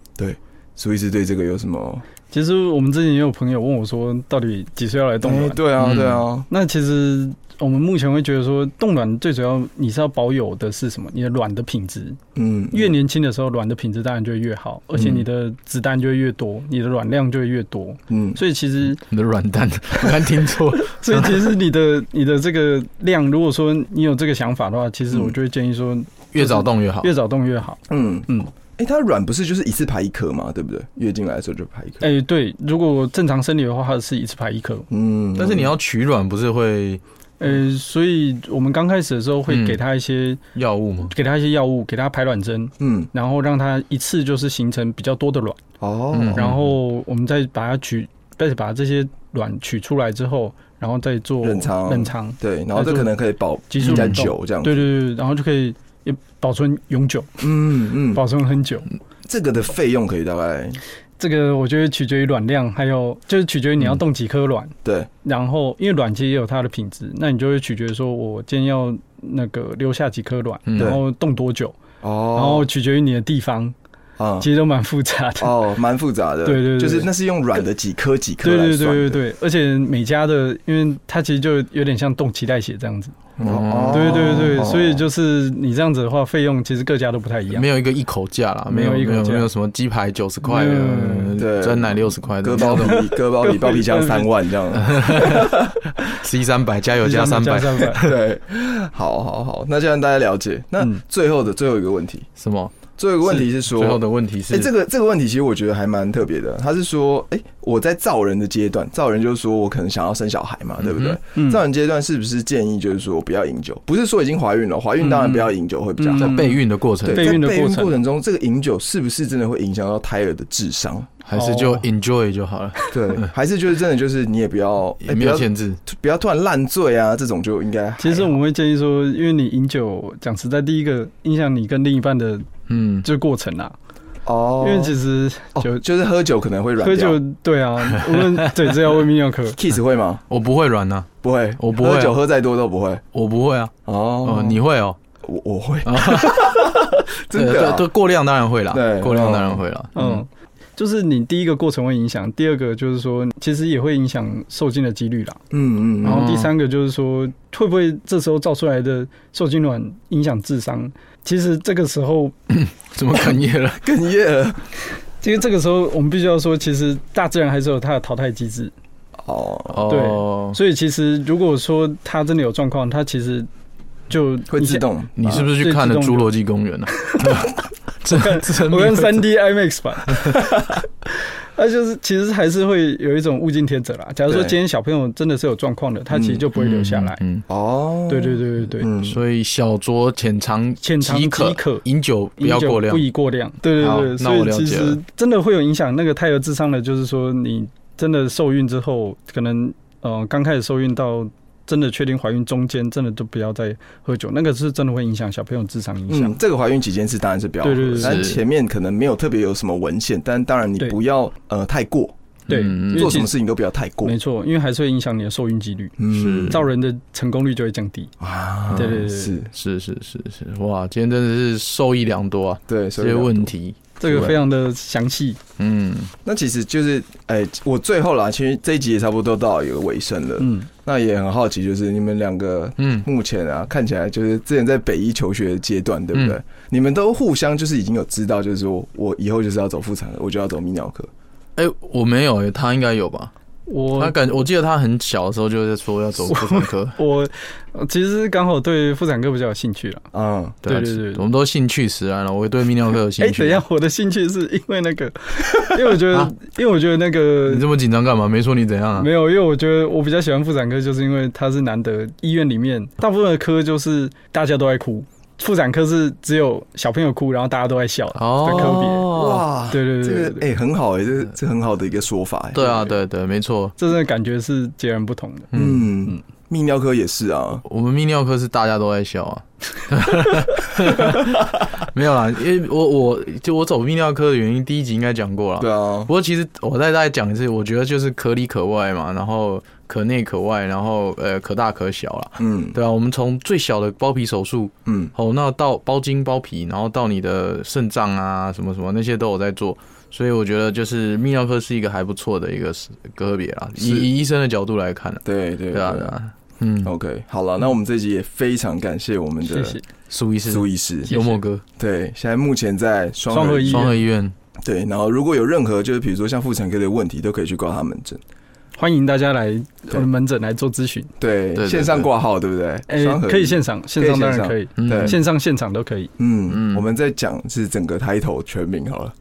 [SPEAKER 4] 苏医师对这个有什么？
[SPEAKER 2] 其实我们之前也有朋友问我说，到底几岁要来冻
[SPEAKER 4] 哎
[SPEAKER 2] 卵？
[SPEAKER 4] 对啊，
[SPEAKER 3] 嗯
[SPEAKER 4] 对啊，
[SPEAKER 2] 那其实我们目前会觉得说，冻卵最主要你是要保有的是什么？你的卵的品质，
[SPEAKER 4] 嗯，
[SPEAKER 2] 越年轻的时候，卵的品质当然就会越好，而且你的子弹就会越多，你的卵量就会越多。
[SPEAKER 4] 嗯，
[SPEAKER 2] 所以其实
[SPEAKER 3] 你的软蛋， 我刚听 错。
[SPEAKER 2] 所以其实你的 你的这个量，如果说你有这个想法的话，其实我
[SPEAKER 4] 嗯
[SPEAKER 2] 就会建议说，
[SPEAKER 3] 越早动越好。
[SPEAKER 2] 越早动越好。
[SPEAKER 4] 嗯嗯
[SPEAKER 2] 嗯，
[SPEAKER 4] 哎，它卵不是就是一次排一颗嘛，对不对？月经来的时候就排一颗。
[SPEAKER 2] 哎、对，如果正常生理的话，它是一次排一颗。
[SPEAKER 4] 嗯，
[SPEAKER 3] 但是你要取卵不是会
[SPEAKER 2] 呃，所以我们刚开始的时候会
[SPEAKER 3] 嗯
[SPEAKER 2] 给它一些、
[SPEAKER 3] 药物吗？
[SPEAKER 2] 给它一些药物，给它排卵针，
[SPEAKER 4] 嗯
[SPEAKER 2] 然后让它一次就是形成比较多的卵，
[SPEAKER 4] 哦，
[SPEAKER 3] 嗯
[SPEAKER 2] 然后我们再把它取，再把这些卵取出来之后，然后再做
[SPEAKER 4] 冷藏
[SPEAKER 2] 冷藏，
[SPEAKER 4] 对，然后这可能可以保
[SPEAKER 2] 激素
[SPEAKER 4] 比较
[SPEAKER 2] 冷冻
[SPEAKER 4] 久这样。
[SPEAKER 2] 对对，对，然后就可以也保存永久，
[SPEAKER 4] 嗯嗯，
[SPEAKER 2] 保存很久。
[SPEAKER 4] 这个的费用可以大概
[SPEAKER 2] 这个我觉得取决于卵量，还有就是取决于你要冻几颗卵，
[SPEAKER 4] 对，
[SPEAKER 2] 然后因为卵其实也有它的品质，那你就会取决于说我今天要那个留下几颗卵，
[SPEAKER 3] 嗯
[SPEAKER 2] 然后冻多久，然后
[SPEAKER 4] 哦，
[SPEAKER 2] 取决于你的地方，
[SPEAKER 4] 啊
[SPEAKER 2] 哦其实都蛮复杂的。
[SPEAKER 4] 哦，蛮复杂的，
[SPEAKER 2] 对对对
[SPEAKER 4] 就是那是用软的几颗几颗
[SPEAKER 2] 对
[SPEAKER 4] 来
[SPEAKER 2] 对对
[SPEAKER 4] 算
[SPEAKER 2] 对
[SPEAKER 4] 的，
[SPEAKER 2] 对，而且每家的，因为它其实就有点像冻脐带血这样子，
[SPEAKER 3] 嗯
[SPEAKER 4] 哦
[SPEAKER 2] 对对对，
[SPEAKER 4] 哦
[SPEAKER 2] 所以就是你这样子的话，费用其实各家都不太一样
[SPEAKER 3] 嗯没。有一个一口价啦，
[SPEAKER 2] 没有
[SPEAKER 3] 有
[SPEAKER 2] 一口价
[SPEAKER 3] 没有什么鸡排九十块
[SPEAKER 2] 嗯
[SPEAKER 3] 的，
[SPEAKER 4] 哦对
[SPEAKER 3] 酸奶六十块的，
[SPEAKER 4] 割包
[SPEAKER 3] 的
[SPEAKER 4] 皮，割包皮，包皮加三万这样。
[SPEAKER 3] C 三百加油加
[SPEAKER 2] 加
[SPEAKER 3] 三百，
[SPEAKER 2] 三百，
[SPEAKER 4] 对，好好好，那就让大家了解。那
[SPEAKER 2] 嗯
[SPEAKER 4] 最后的最后一个问题，
[SPEAKER 3] 什么？
[SPEAKER 4] 最后一个问题是说，
[SPEAKER 3] 最后的问题是
[SPEAKER 4] 哎、这个这个问题其实我觉得还蛮特别的。他是说，哎、我在造人的阶段，造人就是说我可能想要生小孩嘛，对不对？
[SPEAKER 2] 嗯
[SPEAKER 4] 造人阶段是不是建议就是说不要饮酒？不是说已经怀孕了，怀孕当然不要饮酒会比较好。
[SPEAKER 3] 在
[SPEAKER 2] 嗯
[SPEAKER 3] 备孕的过程
[SPEAKER 4] 对，
[SPEAKER 2] 备
[SPEAKER 4] 在
[SPEAKER 2] 孕的
[SPEAKER 4] 备
[SPEAKER 2] 过
[SPEAKER 4] 孕
[SPEAKER 2] 程
[SPEAKER 4] 过程中，这个饮酒是不是真的会影响到胎儿的智商？
[SPEAKER 3] 还是就
[SPEAKER 2] 哦
[SPEAKER 3] enjoy 就好了，
[SPEAKER 4] 对，还是就是真的就是你也哎不要，哎
[SPEAKER 3] 也没有限制。
[SPEAKER 4] 不要不要突然烂醉啊，这种就应该还好。
[SPEAKER 2] 其实我们会建议说，因为你饮酒，讲实在，第一个影响你跟另一半的
[SPEAKER 3] 嗯，
[SPEAKER 2] 这个过程啦，
[SPEAKER 4] 哦
[SPEAKER 2] 因，为其实
[SPEAKER 4] 哦
[SPEAKER 2] 酒
[SPEAKER 4] 就是喝酒可能会软
[SPEAKER 2] 喝
[SPEAKER 4] 掉
[SPEAKER 2] 酒对 啊，无论对这要喂泌尿科，
[SPEAKER 4] ，kiss 会吗？
[SPEAKER 3] 我不会软呐，
[SPEAKER 4] 不会，
[SPEAKER 3] 我不会啊
[SPEAKER 4] 喝酒喝再多都不会。
[SPEAKER 3] 我不会啊，
[SPEAKER 4] 哦
[SPEAKER 3] 哦，，你会 哦，
[SPEAKER 4] 我我会，真
[SPEAKER 3] 呃
[SPEAKER 4] 的啊
[SPEAKER 3] 对，对，过量当然会啦
[SPEAKER 4] 对，
[SPEAKER 3] 过量当然会啦，
[SPEAKER 2] 嗯，就是你第一个过程会影响，第二个就是说，其实也会影响受精的几率啦，
[SPEAKER 4] 嗯嗯
[SPEAKER 2] 然
[SPEAKER 4] 嗯，
[SPEAKER 2] 后第三个就是说，会不会这时候造出来的受精卵影响智商？其实这个时候，
[SPEAKER 3] 怎么哽咽了？
[SPEAKER 4] 哽咽了。
[SPEAKER 2] 其实这个时候我们必须要说，其实大自然还是有它的淘汰机制。
[SPEAKER 4] 哦，
[SPEAKER 3] 哦，
[SPEAKER 2] 所以其实如果说他真的有状况，他其实就
[SPEAKER 4] 会自。动。
[SPEAKER 3] 你是不是去看了《侏罗纪公
[SPEAKER 2] 啊
[SPEAKER 3] 园》呢？这这
[SPEAKER 2] 我跟三 D IMAX 版， 那就是其实还是会有一种物竞天择啦。假如说
[SPEAKER 4] 对
[SPEAKER 2] 今天小朋友真的是有状况的，他其实就不会留下来。
[SPEAKER 3] 嗯，
[SPEAKER 4] 哦，
[SPEAKER 2] 对对对对对，
[SPEAKER 4] 嗯，
[SPEAKER 3] 所以小酌浅尝
[SPEAKER 2] 浅尝
[SPEAKER 3] 即
[SPEAKER 2] 即可
[SPEAKER 3] 饮酒不
[SPEAKER 2] 饮
[SPEAKER 3] 要
[SPEAKER 2] 酒
[SPEAKER 3] 过量
[SPEAKER 2] 不。宜过量。对
[SPEAKER 3] 好
[SPEAKER 2] 对对，
[SPEAKER 3] 那
[SPEAKER 2] 所
[SPEAKER 3] 我
[SPEAKER 2] 以
[SPEAKER 3] 了
[SPEAKER 2] 其
[SPEAKER 3] 解
[SPEAKER 2] 实
[SPEAKER 3] 了
[SPEAKER 2] 真的会有影响。那个胎儿智商的，就是说你真的受孕之后，可能呃刚开始受孕到真的确定怀孕中间，真的就不要再喝酒，那个是真的会影响小朋友智商影响
[SPEAKER 4] 嗯，。这个怀孕期间是当然是比较好的，
[SPEAKER 2] 对对对
[SPEAKER 4] 但
[SPEAKER 3] 是
[SPEAKER 4] 前面可能没有特别有什么文献，但当然你
[SPEAKER 2] 对
[SPEAKER 4] 不要呃太过，
[SPEAKER 2] 对，
[SPEAKER 3] 嗯
[SPEAKER 2] 因为
[SPEAKER 4] 做
[SPEAKER 2] 其
[SPEAKER 4] 什么
[SPEAKER 2] 实
[SPEAKER 4] 事情都不要太过
[SPEAKER 2] 没，错，因为还是会影响你的受孕几率，
[SPEAKER 4] 嗯
[SPEAKER 2] 造人的成功率就会降低。
[SPEAKER 4] 啊
[SPEAKER 2] 对对对对
[SPEAKER 4] 是，
[SPEAKER 3] 是是是是，哇，今天真的是受益良多啊，
[SPEAKER 4] 对，
[SPEAKER 3] 这
[SPEAKER 4] 所以
[SPEAKER 3] 些问题。
[SPEAKER 2] 这个非常的详细，
[SPEAKER 3] 嗯，
[SPEAKER 4] 那其实就是，哎、我最后啦，其实这一集也差不多到一个尾声了。
[SPEAKER 2] 嗯，
[SPEAKER 4] 那也很好奇，就是你们两个，
[SPEAKER 3] 嗯
[SPEAKER 4] 目前啊，看起来就是之前在北医求学的阶段，对不
[SPEAKER 3] 嗯
[SPEAKER 4] 对？你们都互相就是已经有知道，就是说我以后就是要走妇产科，我就要走泌尿科。
[SPEAKER 3] 哎、我没有、欸，他应该有吧？他
[SPEAKER 2] 我
[SPEAKER 3] 感我记得他很小的时候就在说要走妇产 科，
[SPEAKER 2] 我呃其实刚好对妇产科比较有兴趣了。
[SPEAKER 4] 嗯，
[SPEAKER 3] 啊
[SPEAKER 2] 对对对
[SPEAKER 3] 我们都兴趣使然了。我也对泌尿科有兴
[SPEAKER 2] 哎，
[SPEAKER 3] 趣。
[SPEAKER 2] 等一下，我的兴趣是因为那 个，因为我觉得
[SPEAKER 3] 啊，
[SPEAKER 2] 因为我觉得那个
[SPEAKER 3] 你这么紧张干嘛？没说你怎样啊
[SPEAKER 2] 没？有，因为我觉得我比较喜欢妇产科，就是因为它是难得医院里面大部分的科就是大家都在哭，妇产科是只有小朋友哭，然后大家都在笑的科别。
[SPEAKER 3] 哦，
[SPEAKER 4] 哇，
[SPEAKER 2] 对对
[SPEAKER 4] 这
[SPEAKER 2] 对对
[SPEAKER 4] 个
[SPEAKER 2] 对
[SPEAKER 4] 哎、很好哎、这这很好的一个说法哎、
[SPEAKER 3] 对啊，对对，没错。
[SPEAKER 2] 这真的感觉是截然不同的。
[SPEAKER 3] 嗯，
[SPEAKER 4] 嗯，泌尿科也是啊，
[SPEAKER 3] 我们泌尿科是大家都在笑啊， 没有啦，因为我我就我走泌尿科的原因，第一集应该讲过了。
[SPEAKER 4] 对啊
[SPEAKER 3] 不，过其实我再大概讲一次，我觉得就是可里可外嘛，然后可内可外，然后呃可大可小啦。
[SPEAKER 4] 嗯
[SPEAKER 3] 对啊，我们从最小的包皮手术，
[SPEAKER 4] 嗯，
[SPEAKER 3] 哦，那到包茎、包皮，然后到你的肾脏啊，什么什么那些都有在做，所以我觉得就是泌尿科是一个还不错的一个个别啦，以
[SPEAKER 4] 是
[SPEAKER 3] 以医生的角度来看啦，
[SPEAKER 4] 对对
[SPEAKER 3] 对啊，对啊，嗯，
[SPEAKER 4] OK，好了，那我们这集也非常感谢我们
[SPEAKER 2] 谢
[SPEAKER 4] 的
[SPEAKER 2] 嗯谢，
[SPEAKER 3] 苏医师，
[SPEAKER 4] 苏医师，
[SPEAKER 3] 幽默哥，
[SPEAKER 4] 对，现在目前在双
[SPEAKER 2] 双合医
[SPEAKER 3] 双
[SPEAKER 2] 院
[SPEAKER 3] 河医院，
[SPEAKER 4] 对，然后如果有任何就是比如说像妇产科的问题，都可以去挂他门诊。
[SPEAKER 2] 欢迎大家来我
[SPEAKER 4] 对
[SPEAKER 2] 的门诊来做咨询，
[SPEAKER 4] 对，
[SPEAKER 3] 对对
[SPEAKER 4] 线上挂号对不对？
[SPEAKER 2] 哎
[SPEAKER 4] 双，合
[SPEAKER 2] 可以线上，线上当然可
[SPEAKER 4] 可
[SPEAKER 2] 以，
[SPEAKER 3] 嗯
[SPEAKER 4] 对
[SPEAKER 2] 线上现场都可以。
[SPEAKER 4] 嗯
[SPEAKER 3] 嗯
[SPEAKER 4] 我们在讲是整个 title 全名好了，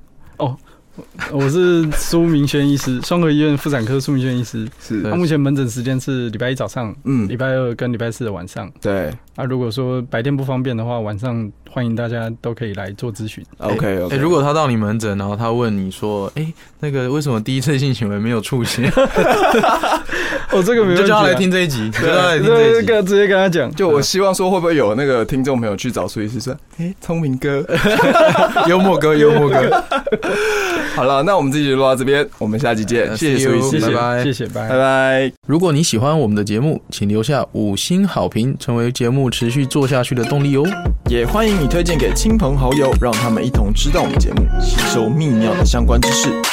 [SPEAKER 2] 我是苏明轩医师，双河医院妇产科苏明轩医师。
[SPEAKER 4] 是
[SPEAKER 2] 他目前门诊时间是礼拜一早上、
[SPEAKER 4] 嗯
[SPEAKER 2] 礼拜二跟礼拜四的晚上。
[SPEAKER 4] 对
[SPEAKER 2] 啊，如果说白天不方便的话，晚上欢迎大家都可以来做咨询。
[SPEAKER 4] ，OK
[SPEAKER 3] 哎、
[SPEAKER 4] OK，
[SPEAKER 3] 如果他到你门诊，然后他问你说，哎、那个为什么第一次性行为没有触及，
[SPEAKER 2] 哦，这个 没
[SPEAKER 3] 你
[SPEAKER 2] 问
[SPEAKER 3] 就
[SPEAKER 2] 题、
[SPEAKER 3] 叫
[SPEAKER 2] 啊，
[SPEAKER 3] 他来听这一集，你就叫他来
[SPEAKER 2] 对，
[SPEAKER 3] 听这
[SPEAKER 2] 这
[SPEAKER 3] 一集。
[SPEAKER 2] 个直接跟他讲，
[SPEAKER 4] 就我
[SPEAKER 3] 嗯
[SPEAKER 4] 希望说会不会有那个听众朋友去找苏医师说，哎，聪明哥，
[SPEAKER 3] 幽默哥，幽默哥，
[SPEAKER 4] 好了，那我们这集就录到这边，我们下集见，谢谢苏
[SPEAKER 3] 呃 See
[SPEAKER 4] 医
[SPEAKER 3] you，
[SPEAKER 2] 谢
[SPEAKER 4] 师，
[SPEAKER 2] 谢，
[SPEAKER 3] 拜拜
[SPEAKER 2] 谢谢，拜
[SPEAKER 4] 拜。拜。
[SPEAKER 3] 如果你喜欢我们的节目，请留下五星好评，成为节目持续做下去的动力哦。
[SPEAKER 4] 也欢迎你推荐给亲朋好友，让他们一同知道我们节目，吸收泌尿的相关知识。